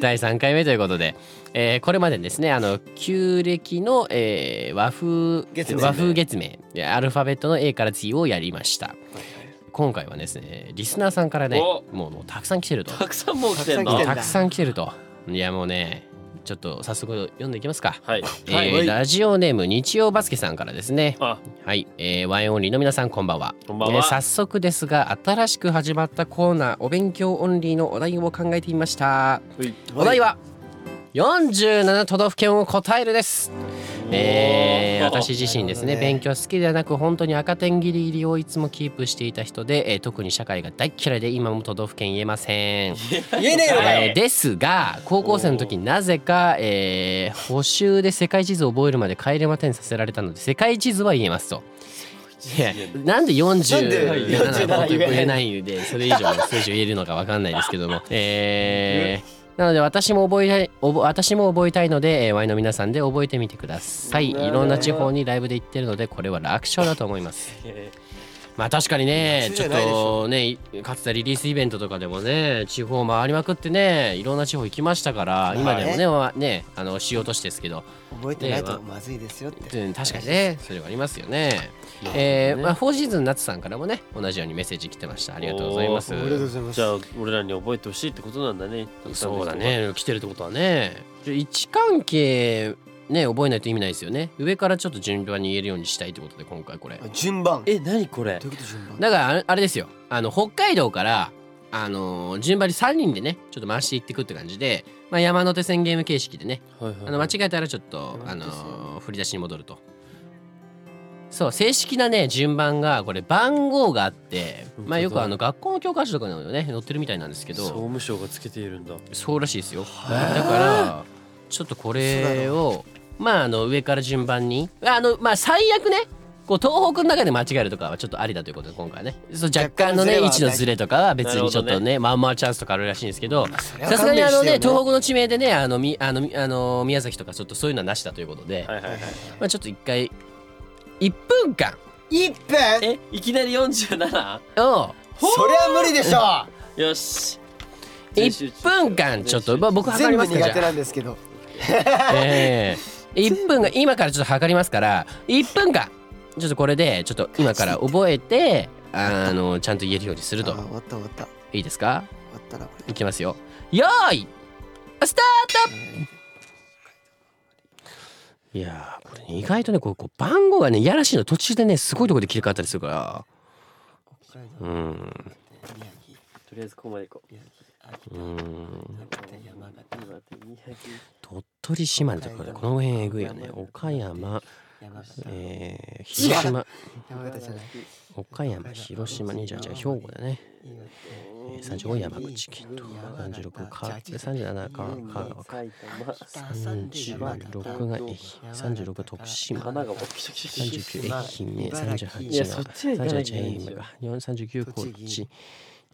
Speaker 1: 第3回目ということで、えーこれまでですねあの旧暦の、えー和風
Speaker 3: 月名
Speaker 1: 和風月名アルファベットの A から G をやりました。今回はですねリスナーさんからね
Speaker 2: お
Speaker 1: もうもうたくさん来てると
Speaker 2: たくさんもう来て
Speaker 3: た
Speaker 2: んの
Speaker 3: くさん来てんだ
Speaker 1: たくさん来てるといやもうねちょっと早速読んでいきますか。
Speaker 2: はい
Speaker 1: えーラジオネーム日曜バスケさんからですね
Speaker 2: あ
Speaker 1: はい、えー、ワインオンリーの皆さんこんばんは
Speaker 2: こんばん
Speaker 1: え
Speaker 2: は
Speaker 1: ー早速ですが新しく始まったコーナーお勉強オンリーのお題を考えてみました
Speaker 2: はい
Speaker 1: お題は47都道府県を答えるです、えー
Speaker 2: おー
Speaker 1: 私自身ですね
Speaker 3: なるほどね
Speaker 1: 勉強好きではなく本当に赤点ギリギリをいつもキープしていた人で、えー特に社会が大嫌いで今も都道府県言えません
Speaker 3: 言えねえよ
Speaker 2: は。い
Speaker 1: えーですが高校生の時になぜか、えー補習で世界地図を覚えるまで帰れま点させられたので世界地図は言えますと。いやなんで
Speaker 3: なんで
Speaker 1: 47のこと
Speaker 3: 47
Speaker 1: 言えないんでそれ以上の数字を言えるのかわかんないですけどもえーなので私も覚えたい覚私も覚えたいので、えー、ワイの皆さんで覚えてみてくださいい
Speaker 2: なるほど
Speaker 1: ろんな地方にライブで行ってるのでこれは楽勝だと思います
Speaker 2: え
Speaker 1: まあ確かにね
Speaker 3: 普通
Speaker 1: ち
Speaker 3: じ
Speaker 1: ょ
Speaker 3: ゃ
Speaker 1: っ
Speaker 3: ないでし
Speaker 1: と
Speaker 3: ょ
Speaker 1: ねかつてリリースイベントとかでもね地方回りまくってねいろんな地方行きましたから、
Speaker 3: い
Speaker 1: 今でもねはねあの主要都市ですけど
Speaker 3: 覚えてない
Speaker 1: ね
Speaker 3: と
Speaker 1: え
Speaker 3: まずいですよって、
Speaker 1: うん確かにねそれはありますよね。
Speaker 2: まあ
Speaker 1: えー
Speaker 2: ね
Speaker 1: まあ、フォーシーズン夏さんからもね同じようにメッセージ来てましたありがとうございます
Speaker 3: ありがとうございます
Speaker 2: じゃあ俺らに覚えてほしいってことなんだねたくさん
Speaker 1: そう
Speaker 2: の人が
Speaker 1: だね来てるってことはねじゃあ位置関係ね覚えないと意味ないですよね上からちょっと順番に言えるようにしたいってことで今回これ
Speaker 3: あ順番
Speaker 2: え何これ
Speaker 3: どういうこと順番
Speaker 1: だからあれあれですよあの北海道からあのー順番に3人でねちょっと回していってくって感じで、まあ、山手線ゲーム形式でね
Speaker 2: はいはい
Speaker 1: あの間違えたらちょっと、あのー振り出しに戻るとそう正式なね順番がこれ番号があって、まあ、よくあの学校の教科書とかにもね載ってるみたいなんですけ
Speaker 2: 総
Speaker 1: ど
Speaker 2: 務省がつけているんだ
Speaker 1: そうらしいですよだからちょっとこれをまああの上から順番にあのまあ最悪ねこう東北の中で間違えるとかはちょっとありだということで今回はねそう若干のね位
Speaker 3: 若干のズレは
Speaker 1: 置のズレとかは別にちょっ
Speaker 2: なる
Speaker 1: と
Speaker 2: ほど
Speaker 1: ねまあまあチャンスとかあるらしいんですけど
Speaker 3: それは
Speaker 1: さすがにあのね
Speaker 3: 勘弁してよ
Speaker 1: 東北の地名でねあのみあのみあの宮崎とかちょっとそういうのはなしだということで、
Speaker 2: はいはいはい
Speaker 1: まあ、ちょっと一回1分間
Speaker 3: 一分
Speaker 2: えいきなり 47?
Speaker 1: を
Speaker 3: それは無理でしょ
Speaker 2: よし
Speaker 1: 1分間ちょっと、まあ、僕
Speaker 3: う
Speaker 1: 測り
Speaker 3: 全
Speaker 1: ま
Speaker 3: 部
Speaker 1: すから
Speaker 3: 苦
Speaker 1: じ
Speaker 3: 手
Speaker 1: ゃ
Speaker 3: なんですけど
Speaker 1: あ、ええ1分が今からちょっと測りますから1分間ちょっとこれでちょっと今から覚えてあのちゃんと言えるようにする
Speaker 3: あ
Speaker 1: と
Speaker 3: 終わった終わった終
Speaker 1: いいですか
Speaker 3: わったなこれ
Speaker 1: いきますよよーいスタートいやーこれね意外とねこうこう番号がねいやらしいの途中でねすごいところで切り替わったりするから
Speaker 3: 北海道
Speaker 1: うん
Speaker 3: 宮城
Speaker 2: とりあえずここまで行こう
Speaker 3: 宮
Speaker 1: う
Speaker 3: 城
Speaker 1: ん
Speaker 3: 秋田山形
Speaker 2: 今待って宮城
Speaker 1: 鳥取島根とかねこの辺えぐいよね岡山、
Speaker 3: 山形
Speaker 1: えー、広島
Speaker 3: 山形じゃない
Speaker 1: 岡山広島にじゃあじゃあ兵庫だね
Speaker 3: いいよ
Speaker 1: えー35山口県と36か37か香川か
Speaker 2: 埼玉
Speaker 1: 36が愛媛36が徳
Speaker 2: 神
Speaker 1: 島
Speaker 2: 奈川ピシャピシャ
Speaker 1: 三
Speaker 2: ピ
Speaker 1: 十
Speaker 2: シャ
Speaker 1: 九愛媛、三十八
Speaker 2: いやそっちは行か
Speaker 1: 三
Speaker 2: なき
Speaker 1: 十
Speaker 2: ゃい
Speaker 1: 八
Speaker 2: けないでしょ
Speaker 1: が、四三十九高
Speaker 3: 栃
Speaker 1: 知
Speaker 3: 木、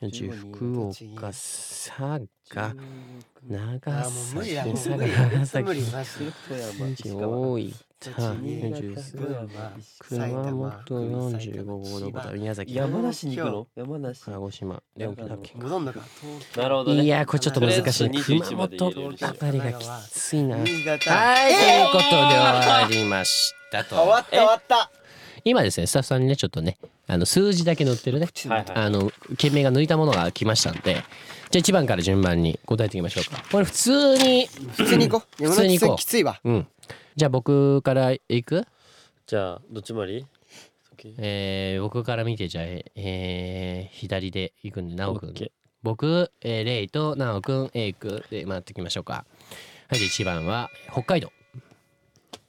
Speaker 1: 四十福岡、佐賀、長
Speaker 3: あーもう無理だも
Speaker 1: 崎、
Speaker 3: う
Speaker 1: 佐
Speaker 3: 無
Speaker 1: 賀、
Speaker 3: 理だ
Speaker 1: 長
Speaker 3: 無
Speaker 1: 崎
Speaker 3: 理、マジで
Speaker 2: 富山
Speaker 1: 三
Speaker 2: 石
Speaker 1: 十
Speaker 2: 川
Speaker 1: 大分、四十熊本四十五号のこと宮崎、
Speaker 2: 山梨に行くの山梨
Speaker 1: 鹿児島、沖縄県。
Speaker 3: 戻んのか
Speaker 2: なるほどね
Speaker 1: いやーこれちょっと難しい。
Speaker 2: とりあえず21
Speaker 1: 熊
Speaker 2: まで入れ
Speaker 1: 本
Speaker 2: るでしょ
Speaker 1: あたりがきついな。はい、という
Speaker 3: 新潟
Speaker 1: ことで終わりました
Speaker 3: 終
Speaker 1: と
Speaker 3: わ。った終わった
Speaker 1: 今ですねスタッフさんにねちょっとねあの数字だけ載ってるね
Speaker 2: はいはい
Speaker 1: あの件名が抜いたものが来ましたんでじゃあ1番から順番に答えていきましょうかこれ普通に
Speaker 3: 普通に行こう
Speaker 1: 普通に行こう
Speaker 3: きついわ
Speaker 1: うんじゃあ僕からいく
Speaker 2: じゃあどっちもあり
Speaker 1: えー、僕から見てじゃあえー、左でいくんで直く
Speaker 2: オ
Speaker 1: ん
Speaker 2: ッケー
Speaker 1: 僕、えー、レイと直くん A くで回っていきましょうかはいで1番は北海道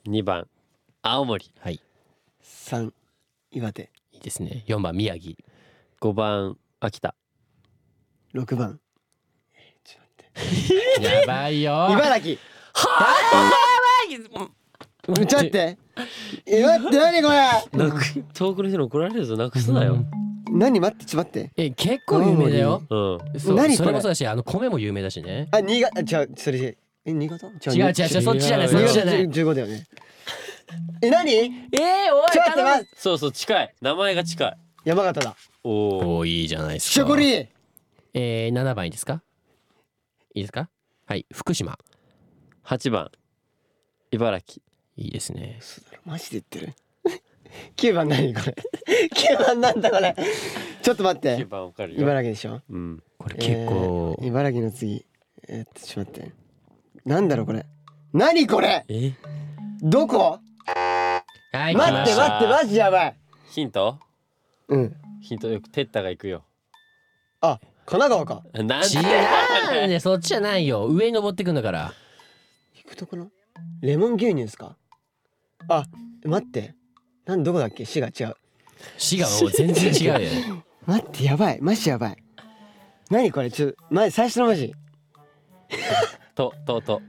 Speaker 2: 2番青森
Speaker 1: はい
Speaker 3: 三岩手
Speaker 1: いいですね4番宮城
Speaker 2: 5番秋田
Speaker 3: 六番
Speaker 1: やばい よ
Speaker 3: 茨城
Speaker 1: うん
Speaker 3: ちょっと待ってえ待って何これ
Speaker 2: なく遠くの人に怒られるぞなくすなよ
Speaker 3: 何待ってちょっと待って
Speaker 1: え結構有名だよ
Speaker 2: うん
Speaker 1: そう
Speaker 3: 何
Speaker 1: そ
Speaker 3: こ
Speaker 1: れ
Speaker 3: れ
Speaker 1: もそうだしあの米も有名だしね
Speaker 3: あ新潟違うそれえ新潟
Speaker 1: 違う違う違うそっちじゃないそっちじゃない
Speaker 3: 十五だよねえ何
Speaker 1: えー、おい
Speaker 3: ちょっと待って
Speaker 2: そうそう近い名前が近い
Speaker 3: 山形だ
Speaker 2: おお
Speaker 1: おーいいじゃないです
Speaker 3: し
Speaker 1: か
Speaker 3: ゃこり
Speaker 1: えー、7番いいですかいいですかはい福島
Speaker 2: 8番茨城
Speaker 1: いいですね
Speaker 3: マジで言ってる 九番何これ 九番なんだこれちょっと待っ
Speaker 2: 9
Speaker 3: て
Speaker 2: 番わかるよ
Speaker 3: 茨城でしょ
Speaker 2: うん
Speaker 1: これ結構、
Speaker 3: えー茨城の次えーっとちょっと待ってなんだろうこれ何これ
Speaker 2: え
Speaker 3: どこ
Speaker 1: はい来
Speaker 3: 待っ
Speaker 1: ま
Speaker 3: て
Speaker 1: し
Speaker 2: ま
Speaker 1: た
Speaker 3: 待ってマジやばい
Speaker 2: ヒント
Speaker 3: うん
Speaker 2: ヒントよくテッタが行くよ
Speaker 3: あ神奈川か
Speaker 2: なんで
Speaker 1: 違うねそっちじゃないよ上に登ってくんだから
Speaker 3: 行くところレモン牛乳ですかあ待ってなんどこだっけ市が違う
Speaker 1: 滋賀はもう全然違うよ ね
Speaker 3: 待ってやばいマジやばい何これちょま最初のマジ
Speaker 2: ととと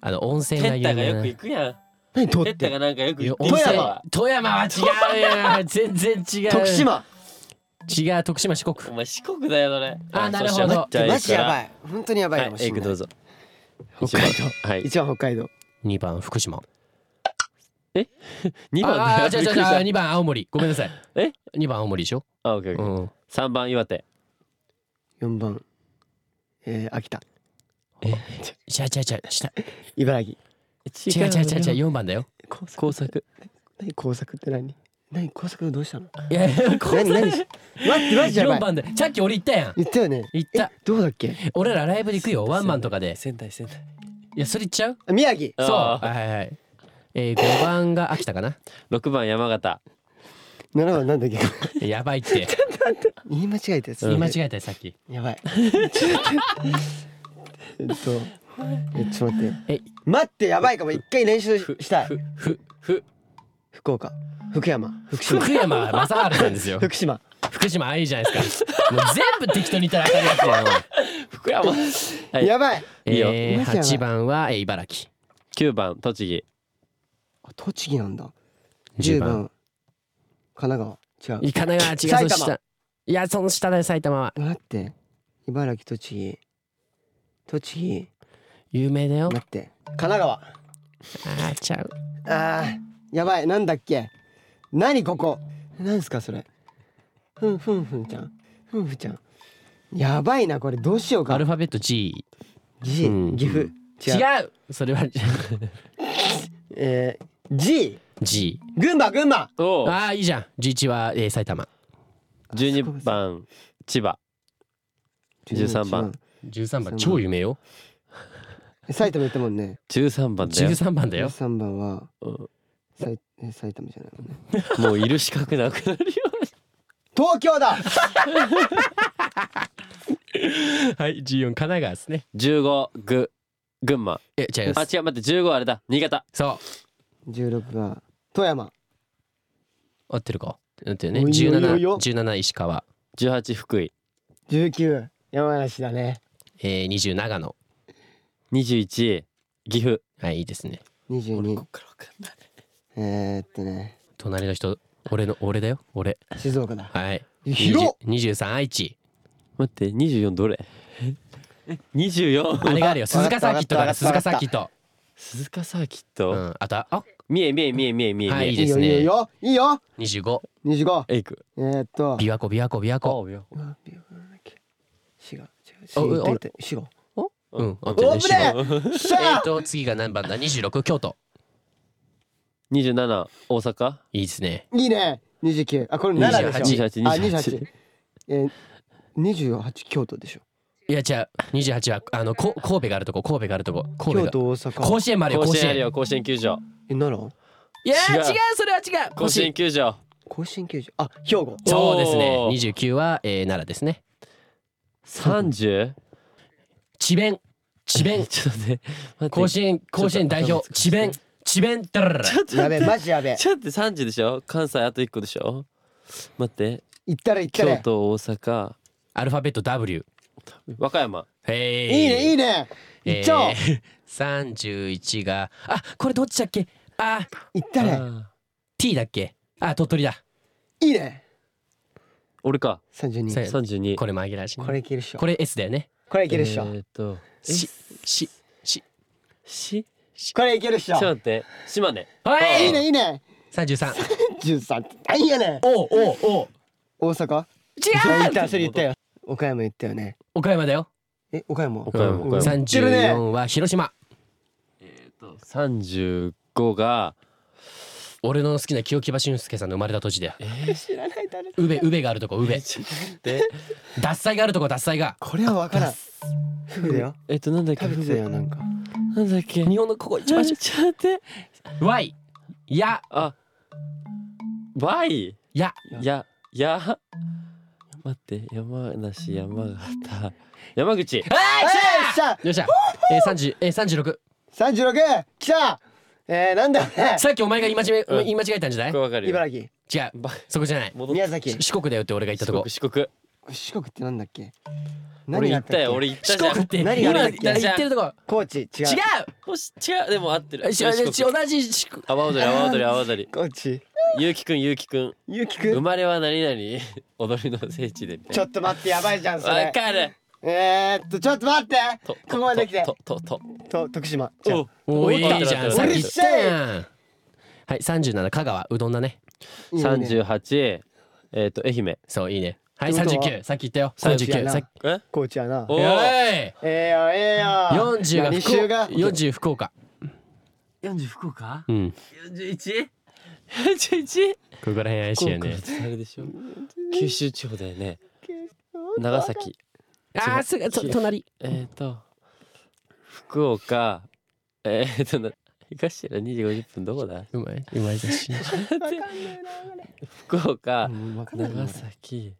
Speaker 1: あの温
Speaker 2: テ
Speaker 1: 泉が有
Speaker 2: ッタが
Speaker 1: 名
Speaker 2: よ
Speaker 1: な
Speaker 2: く行くやん
Speaker 3: 何とっ
Speaker 2: テッタ
Speaker 3: て
Speaker 2: がなんかよく
Speaker 1: いや
Speaker 2: 行く
Speaker 1: 温
Speaker 3: 富
Speaker 1: 泉
Speaker 3: 山
Speaker 1: 富山は違う よ全然違う
Speaker 3: 徳島
Speaker 1: 違う徳島四国
Speaker 2: お前四国だよそれ
Speaker 1: あなるほど
Speaker 2: そうしようじゃあ
Speaker 3: マジやば
Speaker 2: い
Speaker 3: い本当にやばい
Speaker 2: は
Speaker 3: か
Speaker 2: い
Speaker 3: もし
Speaker 2: エ
Speaker 3: れ
Speaker 2: イ
Speaker 3: ない、
Speaker 2: クどうぞ
Speaker 3: 北海道
Speaker 2: はい
Speaker 3: 一番北海道
Speaker 1: 2番福島
Speaker 2: 2番だ
Speaker 1: あ
Speaker 2: よ
Speaker 1: あじゃ
Speaker 2: び
Speaker 1: じ
Speaker 2: っ
Speaker 1: ゃ
Speaker 2: くりした
Speaker 1: 2番青森ごめんなさい
Speaker 2: え
Speaker 1: 2番青森でしょ、
Speaker 2: あオッケーオッケ
Speaker 1: う
Speaker 2: ー
Speaker 1: ん、
Speaker 2: 3番岩手
Speaker 3: 四番、えー、秋田
Speaker 1: じゃあじゃあじゃあ下
Speaker 3: 茨城
Speaker 1: 違う違う違う違う4番だよ
Speaker 3: 工作
Speaker 2: 工作
Speaker 3: 何工作って何何工作どうしたの
Speaker 1: いやいやこ
Speaker 3: 何何し待ってマジやば
Speaker 1: 4
Speaker 3: い
Speaker 1: 番でさっき俺言ったやん
Speaker 3: 言ったよね
Speaker 1: 言った
Speaker 3: えどうだっけ
Speaker 1: 俺らライブで行くよワンマンとかで
Speaker 2: 仙台仙台
Speaker 1: いやそれ言っちゃう
Speaker 3: あ宮城
Speaker 1: そうは
Speaker 2: あ
Speaker 1: いはいはいえー、5番が秋田かな
Speaker 2: 6番山形
Speaker 3: 7番なんだっけ
Speaker 1: やばいって
Speaker 3: 言い間違えたやつ
Speaker 1: 言い間違えたよさっき
Speaker 3: やばい ちょっとえっとえちょっと待って
Speaker 1: え
Speaker 3: 待ってやばいかも一回練習したい
Speaker 2: ふふふ
Speaker 3: 福岡福山福島
Speaker 1: 福山雅治さんです よ
Speaker 3: 福島
Speaker 1: 福島あいいじゃないですかもう全部適当に言ったらあかんやつやん
Speaker 2: 福山はい
Speaker 3: や ばい
Speaker 2: いいよ
Speaker 1: えー、8番は、えー、茨城
Speaker 2: 9番栃木
Speaker 3: あ栃木なんだ10番神奈川違う
Speaker 1: 神奈川違う
Speaker 3: 埼玉
Speaker 1: その下いやその下だよ埼玉は
Speaker 3: 待って茨城栃木栃木
Speaker 1: 有名だよ
Speaker 3: 待って神奈川あ
Speaker 1: あーちゃう
Speaker 3: ーやばいなんだっけ何ここなんすかそれふんふんふんちゃんふんふちゃんやばいなこれどうしよう
Speaker 1: ア
Speaker 3: か
Speaker 1: ルファベット G
Speaker 3: じ
Speaker 1: うん
Speaker 3: 岐阜
Speaker 1: 違
Speaker 3: 違う
Speaker 1: うそれは
Speaker 3: えー、G
Speaker 1: G
Speaker 3: 群馬群馬
Speaker 2: お
Speaker 1: ああいいじゃん G1 は、えー、埼玉
Speaker 2: 12番千葉13番
Speaker 1: 13番超有名よ
Speaker 3: 埼玉言ったもんね
Speaker 2: 13番だよ
Speaker 1: 13番だよ
Speaker 3: 13番は
Speaker 2: うん
Speaker 3: さいえ埼玉じゃないもんね
Speaker 2: もういる資格なくな るよ
Speaker 3: 東京だ
Speaker 1: はい、G4 神奈川ですね。
Speaker 2: 15ぐ群馬
Speaker 1: え、違い
Speaker 2: あ
Speaker 1: ます。
Speaker 2: 違う待って15あれだ新潟
Speaker 1: そう、
Speaker 3: 16が富山
Speaker 1: 合ってるか。合ってるね。
Speaker 3: おいおい
Speaker 1: 17
Speaker 3: おいお、
Speaker 1: 17石川、
Speaker 2: 18福井
Speaker 3: 19山梨だね
Speaker 1: えー、20長野。
Speaker 2: 21岐阜
Speaker 1: はい、いいですね。
Speaker 3: 22
Speaker 2: から分かんない
Speaker 3: えー、っとね
Speaker 1: 隣の人、俺の俺だよ。俺。
Speaker 3: 静岡だ
Speaker 1: はい。
Speaker 3: 広っ
Speaker 1: 20 23愛知。
Speaker 2: 待って24どれ24
Speaker 1: あれがあるよ。鈴
Speaker 3: わかった
Speaker 1: 鹿サーキットだから
Speaker 3: わかった
Speaker 1: 鈴
Speaker 3: わ
Speaker 1: 鹿
Speaker 3: かった
Speaker 1: サーキット。
Speaker 2: 鈴鹿サーキッ
Speaker 1: う
Speaker 2: ト
Speaker 1: ん。あとあ、
Speaker 2: 三重三重三重三重
Speaker 1: は
Speaker 2: 三
Speaker 1: いい
Speaker 2: 重
Speaker 1: いです
Speaker 3: い
Speaker 1: ね
Speaker 3: いよいいよ
Speaker 1: 25。
Speaker 3: いいよ25
Speaker 2: えいく
Speaker 3: えー、っと
Speaker 1: 琵琶湖琵琶湖琵琶湖。
Speaker 2: うよ
Speaker 3: うわびなんだっけ滋賀違う
Speaker 1: あ
Speaker 3: 滋賀
Speaker 1: あ
Speaker 3: 言った言った滋賀
Speaker 1: うん。あと
Speaker 3: オブ
Speaker 1: ね
Speaker 3: レ
Speaker 1: 四番
Speaker 3: ーし
Speaker 1: え
Speaker 3: ゃ
Speaker 1: っ
Speaker 3: あ
Speaker 1: と次が何番だ？26京都。
Speaker 2: 27大阪
Speaker 1: いいですね。
Speaker 3: いいね29あこれ7でしょ
Speaker 2: 28 28
Speaker 3: あ28えー、28京都でしょ
Speaker 1: いや違う。28はあのこ神戸があるとこ神戸があるとこ神
Speaker 3: 京
Speaker 1: 戸が。
Speaker 3: 都大阪
Speaker 1: 甲子園もあるよ
Speaker 2: 甲
Speaker 1: 甲
Speaker 2: 子
Speaker 1: 子
Speaker 2: 園ある
Speaker 1: 園。
Speaker 2: よ甲子園球場
Speaker 3: え奈良
Speaker 1: いやー違
Speaker 2: 違
Speaker 1: う
Speaker 2: う
Speaker 1: それは違う。
Speaker 2: 甲子園球場
Speaker 3: 甲子園球場あ兵庫
Speaker 1: そうですね。
Speaker 2: おー
Speaker 1: 二十九は、えー、奈良ですね。
Speaker 2: 30
Speaker 1: 智弁、智弁、
Speaker 2: ちょっとね
Speaker 1: 甲子園、甲子園代表、智弁、智弁。だららら
Speaker 3: やべえマジやべえ
Speaker 2: ちょっと30でしょ関西あと1個でしょ待って
Speaker 3: 行ったら行った
Speaker 2: 京
Speaker 3: ら
Speaker 2: 都大阪
Speaker 1: アルファベット W。
Speaker 2: 和歌山
Speaker 1: へ
Speaker 3: いいねいい
Speaker 1: ね。
Speaker 3: ね行っちゃおう
Speaker 1: 三十一が、あ、これどっちだっけ？あ、
Speaker 3: 行ったら
Speaker 2: あー
Speaker 1: T だっけ？あ、鳥取だ。
Speaker 3: いいね
Speaker 2: 俺か
Speaker 1: さ
Speaker 3: 32
Speaker 1: よ
Speaker 2: 32
Speaker 1: これ紛らわしいね。
Speaker 3: これいけるっしょ
Speaker 1: これ S だよね。
Speaker 3: これいけるっしょ
Speaker 2: えーっと
Speaker 1: し、し、し。
Speaker 2: し
Speaker 3: これいけるっし
Speaker 2: ちょ
Speaker 3: ょ
Speaker 2: っと待って島根
Speaker 1: は
Speaker 3: いういねいいね
Speaker 1: 三十三。
Speaker 3: 13って何やねん
Speaker 1: おうおうおう。
Speaker 3: 大阪それ言った
Speaker 1: 違う。
Speaker 3: それ言ったよ岡山言ったよね
Speaker 1: 岡山だよ。
Speaker 3: え岡山
Speaker 2: 岡山
Speaker 3: うん
Speaker 2: 岡山
Speaker 1: 三十四は広島。
Speaker 2: 35が
Speaker 1: 俺の好きな清木場俊介さんの生まれた土地だよ。
Speaker 3: 知らない誰だ
Speaker 1: 宇部宇部があるとこ宇部。
Speaker 2: で
Speaker 1: 脱菜があるとこ脱菜が。
Speaker 3: これは分からんフグだよ
Speaker 2: えっとなんだっけ
Speaker 3: 食べてたよなんか
Speaker 2: なんだっけ
Speaker 1: 日本のここ一番
Speaker 2: ちょちょっと待って
Speaker 1: Y や
Speaker 2: あバイ
Speaker 1: や
Speaker 2: やや待って山梨山形山口
Speaker 3: えいしゃ
Speaker 1: よっしゃ。え三十え三十六。
Speaker 3: 36きたえーなんだよね
Speaker 1: さっきお前が言い間違え
Speaker 2: うん
Speaker 1: 言い間違えたんじゃない？
Speaker 2: これわかるよ
Speaker 3: 茨城
Speaker 1: 違う。そこじゃない。
Speaker 2: 戻っ
Speaker 3: 宮崎
Speaker 1: 四国だよって俺が言った
Speaker 2: 四
Speaker 1: とこ
Speaker 2: 国。四国
Speaker 3: 四国ってなんだっけ
Speaker 2: 俺
Speaker 3: があ
Speaker 2: 行ったよ
Speaker 3: っけ
Speaker 2: 俺行った
Speaker 1: 四
Speaker 2: じゃ
Speaker 1: 国っ
Speaker 2: ん
Speaker 1: て今
Speaker 3: 何があ
Speaker 1: 言
Speaker 3: る
Speaker 1: っ
Speaker 3: んだっけ
Speaker 1: 言ってるとこ。
Speaker 3: 高知違う
Speaker 1: 違
Speaker 2: もし違うでも合って
Speaker 1: う。
Speaker 2: る
Speaker 1: し
Speaker 2: 四
Speaker 1: し
Speaker 2: 国
Speaker 1: 同じ四国。
Speaker 2: 阿波踊り阿波踊り阿波 踊り
Speaker 3: 高知
Speaker 2: ゆうきくんゆうきくん
Speaker 3: ゆうきく
Speaker 2: 生
Speaker 3: ん
Speaker 2: まれは何々 踊りの聖地でみたい
Speaker 3: ちょっと待ってやばいじゃんそ
Speaker 2: なわ
Speaker 3: れ
Speaker 2: かる
Speaker 3: えーっとちょっと待って
Speaker 2: と
Speaker 3: ここまで来て
Speaker 2: ととと
Speaker 3: と徳島じゃあ
Speaker 2: と
Speaker 1: おいい
Speaker 2: 合ってる
Speaker 1: じゃん。
Speaker 2: 合って
Speaker 1: さっ
Speaker 2: る
Speaker 1: き言ったやん。はい37香川うどんだね
Speaker 3: いいね
Speaker 2: 38えっ、と愛媛
Speaker 1: そういいねはい
Speaker 3: ってことは
Speaker 1: 39さっき言ったよ
Speaker 3: 39
Speaker 1: 39さっき
Speaker 2: え
Speaker 3: 高知やな
Speaker 2: お
Speaker 1: おい
Speaker 3: ええよええよ
Speaker 1: 40が
Speaker 3: 何
Speaker 1: 福
Speaker 3: 週
Speaker 1: 岡
Speaker 3: が
Speaker 1: 40福岡
Speaker 2: 40福岡
Speaker 1: うんここ
Speaker 2: 41?41?
Speaker 1: ら辺怪しいよね
Speaker 2: あれでしょ九州地方だよね長崎
Speaker 1: あーすぐと隣
Speaker 2: えっ、と福岡えっ、ー、とな東ら2時50分どこだ
Speaker 1: うまいうまいだし
Speaker 2: 福岡
Speaker 3: うんわかんないな
Speaker 2: 長崎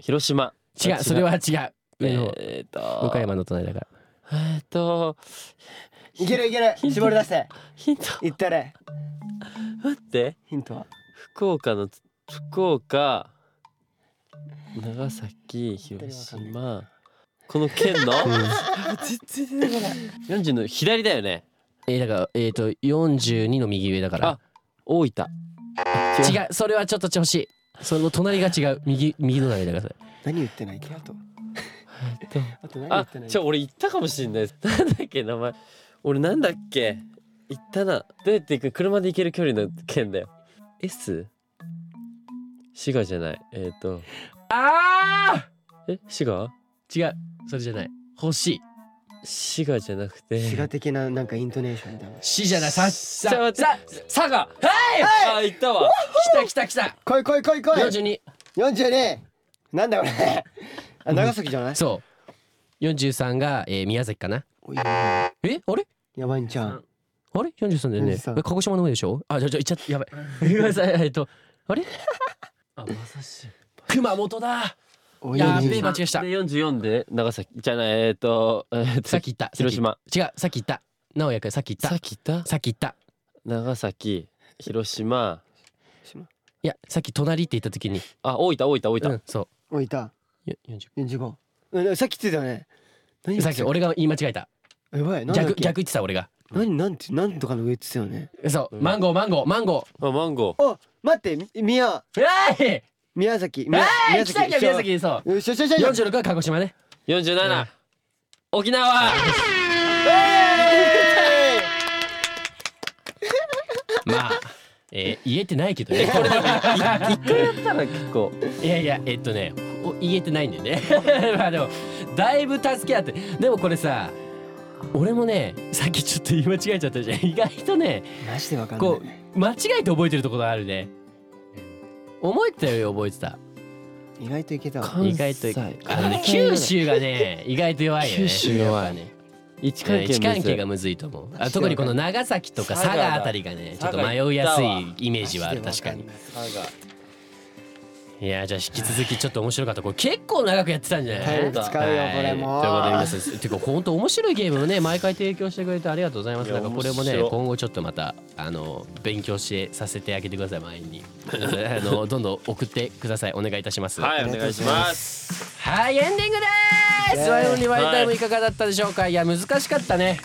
Speaker 2: 広島
Speaker 1: 違うそれは違う上の方
Speaker 2: えっ、と
Speaker 1: 岡山の隣だから
Speaker 2: えっ、と
Speaker 3: いけるいける絞り出せ
Speaker 2: ヒント
Speaker 3: いったれ
Speaker 2: 待って
Speaker 3: ヒントは
Speaker 2: 福岡のつ福岡長崎広島この県の 全然出てこない40の左だよね
Speaker 1: えーだからえっと42の右上だから
Speaker 2: 大
Speaker 1: 違
Speaker 2: 分
Speaker 1: うそれはちょっと調子その隣が違う右右の隣だからそれ
Speaker 3: 何言ってないっけあと
Speaker 2: えっと
Speaker 3: あと何言
Speaker 2: あ
Speaker 3: ってない
Speaker 2: ちょ俺行ったかもしんないです なんだっけ名前俺なんだっけ行ったなどうやって行く車で行ける距離の県だよ S 滋賀じゃないえっ、と
Speaker 1: あ
Speaker 2: え滋賀
Speaker 1: 違うそれじゃない欲しい
Speaker 2: 滋賀じゃなくて
Speaker 3: 滋賀的ななんかイントネーションだ
Speaker 1: 死じゃないさ
Speaker 2: ちょ
Speaker 1: さ
Speaker 2: っと
Speaker 1: さ
Speaker 2: 待って佐賀はいあ行ったわ
Speaker 1: 来た来た来た
Speaker 3: 来い来い来い来い
Speaker 1: 42
Speaker 3: 42なんだこれあ長崎じゃない
Speaker 1: そう43が、えー、宮崎かな
Speaker 3: おいや
Speaker 1: えあれ
Speaker 3: ばいんちゃん
Speaker 1: あれ43だよね
Speaker 3: 43
Speaker 1: え鹿児島の上でしょあじゃじゃいっちゃったやばいごめんなさいえっとあれ
Speaker 2: あまさし
Speaker 1: 熊本だ
Speaker 3: おい
Speaker 1: やーべえ
Speaker 3: い
Speaker 1: 間違えした
Speaker 2: で44で長崎じゃないえっ、と,、えーと
Speaker 1: さっき言った
Speaker 2: 広
Speaker 1: さ
Speaker 2: 島
Speaker 1: っき言った違うさっき言った直哉君さっき言っ
Speaker 2: さ
Speaker 1: た
Speaker 2: っき言った
Speaker 1: さっき言った
Speaker 2: 長崎広島
Speaker 1: いやさっき隣って言った時に
Speaker 2: あ大分大分大分、
Speaker 1: うんそ
Speaker 3: おいた
Speaker 1: うよ40
Speaker 3: 45うんさっき言ってたよね何
Speaker 1: さっき俺が言い間違えた
Speaker 3: やばいなんだっ
Speaker 1: 逆
Speaker 3: け
Speaker 1: 逆言ってた俺が
Speaker 3: 何なんてなんとかの上言ってたよね
Speaker 1: そう
Speaker 2: うん
Speaker 1: マンゴーマンゴーマンゴ
Speaker 2: あマンゴ
Speaker 3: お待ってみ宮
Speaker 1: ーえ
Speaker 3: 宮崎
Speaker 1: ー、
Speaker 3: 宮
Speaker 1: えー、
Speaker 3: 宮
Speaker 1: 来た
Speaker 3: 崎
Speaker 1: きゃ宮崎そう
Speaker 3: よしよしよしよし
Speaker 1: 46は鹿児島ね
Speaker 2: ー47、沖縄
Speaker 1: まあ、えー、言えてないけどね
Speaker 2: 一回やったら結構
Speaker 1: いやいやえっとねお言えてないんだよね まあでもだいぶ助け合ってでもこれさ俺もねさっきちょっと言い間違えちゃったじゃん 意外とね
Speaker 3: マジでわかんない
Speaker 1: こう間違えて覚えてるところあるね覚えてたよ覚えてた
Speaker 3: 意外といけたわ
Speaker 2: 関西
Speaker 1: 意外とあのね
Speaker 2: 関西
Speaker 1: 九州がね意外と弱いよね
Speaker 2: 九州弱いね位置関係
Speaker 1: 位置関係が
Speaker 2: む
Speaker 1: むずいと思う
Speaker 3: 確か
Speaker 1: あ
Speaker 3: に
Speaker 1: 特にこの長崎とか
Speaker 2: 佐賀
Speaker 1: 佐
Speaker 2: だ
Speaker 1: 賀あたりがねちょっ
Speaker 2: 佐
Speaker 1: と
Speaker 2: 賀
Speaker 1: 迷
Speaker 2: 行
Speaker 1: い
Speaker 2: った
Speaker 1: や
Speaker 2: わ
Speaker 1: すいイメージはある確かに
Speaker 2: ずい佐賀
Speaker 1: いやじゃあ引き続きちょっと面白かったこれ結構長くやってたんじゃない
Speaker 3: 体力使うよこれも
Speaker 1: はいということで皆さんていうか本当面白いゲームをね毎回提供してくれてありがとうございます
Speaker 2: い
Speaker 1: なん
Speaker 2: や
Speaker 1: かこれもね
Speaker 2: 面白い
Speaker 1: 今後ちょっとまたあの勉強してさせてあげてください前 にあのどんどん送ってくださいお願いいたします
Speaker 2: はい
Speaker 3: あり
Speaker 2: お
Speaker 3: がとう
Speaker 2: 願
Speaker 3: ご
Speaker 2: いし
Speaker 3: ざいま
Speaker 2: ます
Speaker 1: はいエンディングでー
Speaker 3: イエー
Speaker 1: す
Speaker 3: イ
Speaker 1: ワイオンリーワイタイム
Speaker 2: はい
Speaker 1: いかがだったでしょうかいや難しかったね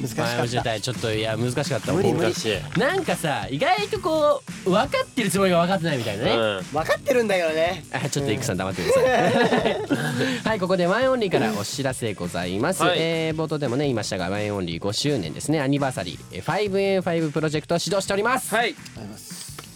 Speaker 3: 難し
Speaker 1: ワイオ
Speaker 3: か
Speaker 1: ン
Speaker 3: っ
Speaker 1: 時
Speaker 3: た
Speaker 1: 代ちょっといや難しかった
Speaker 3: 無理無理
Speaker 2: 難しい、
Speaker 1: なんかさ意外とこう分かってるつもりが分かってないみたいなね、
Speaker 2: うん
Speaker 3: 分かってるんだけどね
Speaker 1: あちょっとイクさん黙ってくださ いはいここでワンオンリーからお知らせございます、
Speaker 2: はい
Speaker 1: えー冒頭でもね言いましたがワンオンリー5周年ですねアニバーサリー 5A5 プロジェクトを指導しております、
Speaker 2: はい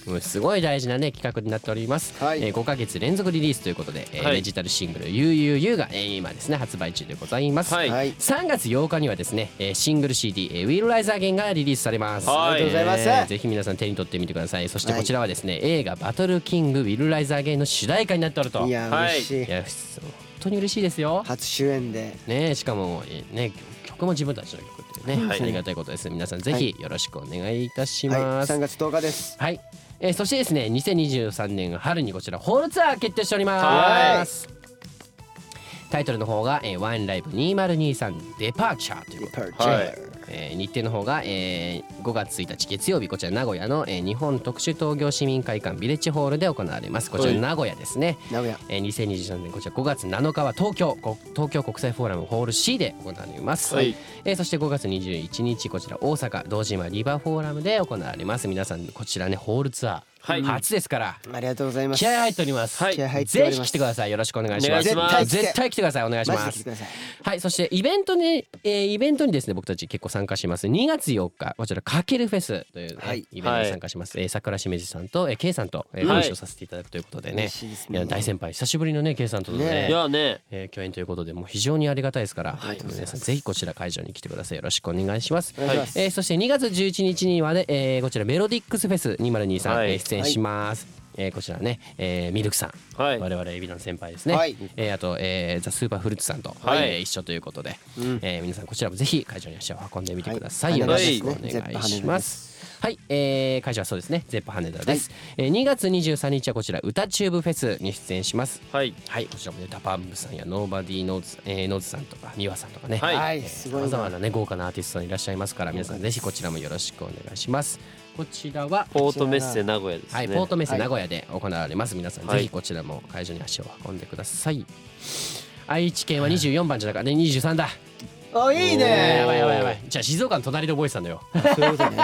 Speaker 1: もうすごい大事なね企画になっております、
Speaker 3: はい
Speaker 1: えー5ヶ月連続リリースということで、えー
Speaker 2: はい
Speaker 1: デジタルシングル「UUU」が、えー今ですね発売中でございます、
Speaker 2: はい
Speaker 3: はい
Speaker 1: 3月8日にはですね、えーシングル CD「えー Will Rise Again」がリリースされます
Speaker 2: はいありがとうご
Speaker 3: ざいます
Speaker 1: ぜひ皆さん手に取ってみてくださいそしてこちらはですね、映画「バトルキング Will Rise Again」の主題歌になっておると
Speaker 3: いや
Speaker 2: はい
Speaker 3: 嬉しい
Speaker 1: いやふつ本当に嬉しいですよ。
Speaker 3: 初主演で
Speaker 1: ねえしかもえね曲も自分たちの曲っていうね、
Speaker 2: はい
Speaker 1: ありがたいことです。皆さんぜひよろしくお願いいたし
Speaker 3: はい
Speaker 1: ます。は
Speaker 3: 3
Speaker 1: い。
Speaker 3: 月10日です
Speaker 1: えーそしてですね2023年春にこちらホールツアー決定しております。タイトルの方が、えー、ワンライブ2023デパーチャーということで
Speaker 3: Departure
Speaker 2: はい
Speaker 1: えー日程の方が、えー5月1日月曜日こちら名古屋の、えー日本特殊東業市民会館ビレッジホールで行われますこちら
Speaker 2: はい
Speaker 1: 名古屋ですね、
Speaker 3: 名古屋
Speaker 1: えー、2023年こちら5月7日は東京こ東京国際フォーラムホール C で行われます、
Speaker 2: はい
Speaker 1: えーそして5月21日こちら大阪堂島リバーフォーラムで行われます皆さんこちらねホールツアー
Speaker 2: はい
Speaker 1: 初ですから
Speaker 3: ありがとうございます
Speaker 1: 気合入っております、
Speaker 2: はい
Speaker 3: 気合入ってお
Speaker 1: ぜ
Speaker 3: り
Speaker 1: ひ
Speaker 3: ます
Speaker 1: 来てくださいよろしくお願いします
Speaker 2: お願いします
Speaker 1: 絶対来てくださいお願いし
Speaker 3: マ
Speaker 1: ま
Speaker 3: ジで来て
Speaker 1: す
Speaker 3: ください
Speaker 1: はいそしてイベントに、えーイベントにですね僕たち結構参加します2月4日こちらかけるフェスというね、
Speaker 3: はい
Speaker 1: イベントに参加します、えー桜しめじさんと、えー、K さんと、えー、
Speaker 2: はい
Speaker 1: ご一緒させていただくということでね
Speaker 3: 嬉しいです
Speaker 1: い
Speaker 3: ね
Speaker 1: や大先輩久しぶりのね K さんとのね
Speaker 3: ね
Speaker 2: いやね
Speaker 1: えー、共演ということでもう非常にありがたいですから、
Speaker 2: はい
Speaker 1: 皆さんぜひこちら会場に来てくださいよろしくお願いします。
Speaker 3: お願いします
Speaker 1: えーそして2月11日にはね、えーこちらメロディックスフェス2023、
Speaker 2: はい
Speaker 1: えー出演します。えーこちらね、えーミルクさん、
Speaker 2: はい
Speaker 1: 我々エビダン先輩ですね、
Speaker 3: はい
Speaker 1: えーあと、えーザ・スーパーフルーツさんと、
Speaker 2: はい
Speaker 1: えー一緒ということで、えー皆さんこちらもぜひ会場に足を運んでみてください、
Speaker 3: はい
Speaker 1: よろしくお
Speaker 3: はい
Speaker 1: 願いします。はい、えー、会場はそうですねゼップ羽田です、えー2月23日はこちら歌チューブフェスに出演します
Speaker 2: はい
Speaker 1: はい、こちらもね、ダパンプさんやノーバディーノーズ、えー、ノーズさんとか、ミワさんとかね。
Speaker 2: はい
Speaker 3: はい
Speaker 1: えー
Speaker 3: すごい
Speaker 1: 様
Speaker 3: な
Speaker 1: 々なね、豪華なアーティストさんいらっしゃいますから、皆さんぜひこちらもよろしくお願いします。こちらは。
Speaker 2: ポートメッセ名古屋ですね
Speaker 1: はい、ポートメッセ
Speaker 3: はい
Speaker 1: 名古屋で行われます。皆さん、
Speaker 2: はい
Speaker 1: ぜひこちらも会場に足を運んでください。愛知県は24番じゃなくて、ね、23だ。
Speaker 3: あいい
Speaker 1: や
Speaker 3: ね
Speaker 1: ばいやばいやばい。じゃあ静岡の隣で覚えてたのよ。
Speaker 3: そういうことね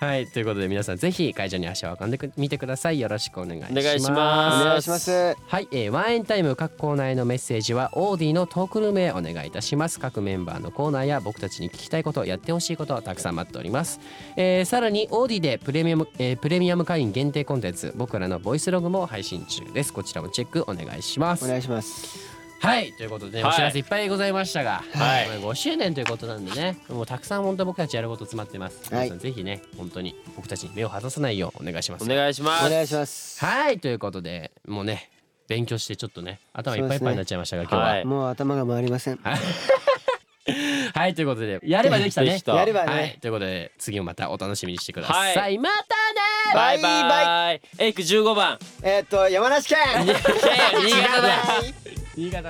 Speaker 1: はい、ということで皆さんぜひ会場に足を運んでくみてください。よろしくお願いします。
Speaker 2: お願いし
Speaker 3: お
Speaker 2: ます
Speaker 3: 願いします
Speaker 1: はい、えーワンエンタイム各コーナーへのメッセージはオーディのトークルームへお願いいたします各メンバーのコーナーや僕たちに聞きたいことやってほしいことたくさん待っております、えーさらにオーディでプレミアム、えープレミアム会員限定コンテンツ僕らのボイスログも配信中ですこちらもチェックお願いしま
Speaker 3: お
Speaker 1: す
Speaker 3: 願いします
Speaker 1: はいということでね、
Speaker 2: はい
Speaker 1: お知らせいっぱいございましたが、
Speaker 2: はい
Speaker 1: まあ5周年ということなんでねもうたくさん本当僕たちやること詰まってます、
Speaker 3: はい
Speaker 1: 皆さんぜひね本当に僕たちに目を離さないようお願いします
Speaker 2: お願いしま
Speaker 3: お
Speaker 2: す
Speaker 3: 願いします
Speaker 1: はいということでもうね勉強してちょっとね頭いっぱいいっぱいになっちゃいましたが、今日は
Speaker 2: は
Speaker 1: は
Speaker 2: す
Speaker 1: い、
Speaker 2: い
Speaker 3: もう頭が回りません
Speaker 1: ということでやればできたね
Speaker 2: できた
Speaker 3: やれば
Speaker 1: はい
Speaker 3: ね
Speaker 1: ということで次もまたお楽しみにしてください、
Speaker 2: は
Speaker 1: またね
Speaker 2: バイ
Speaker 3: バイ
Speaker 2: バイエイク15番
Speaker 3: えーっと山梨県
Speaker 2: いやいや新潟だ
Speaker 1: 新潟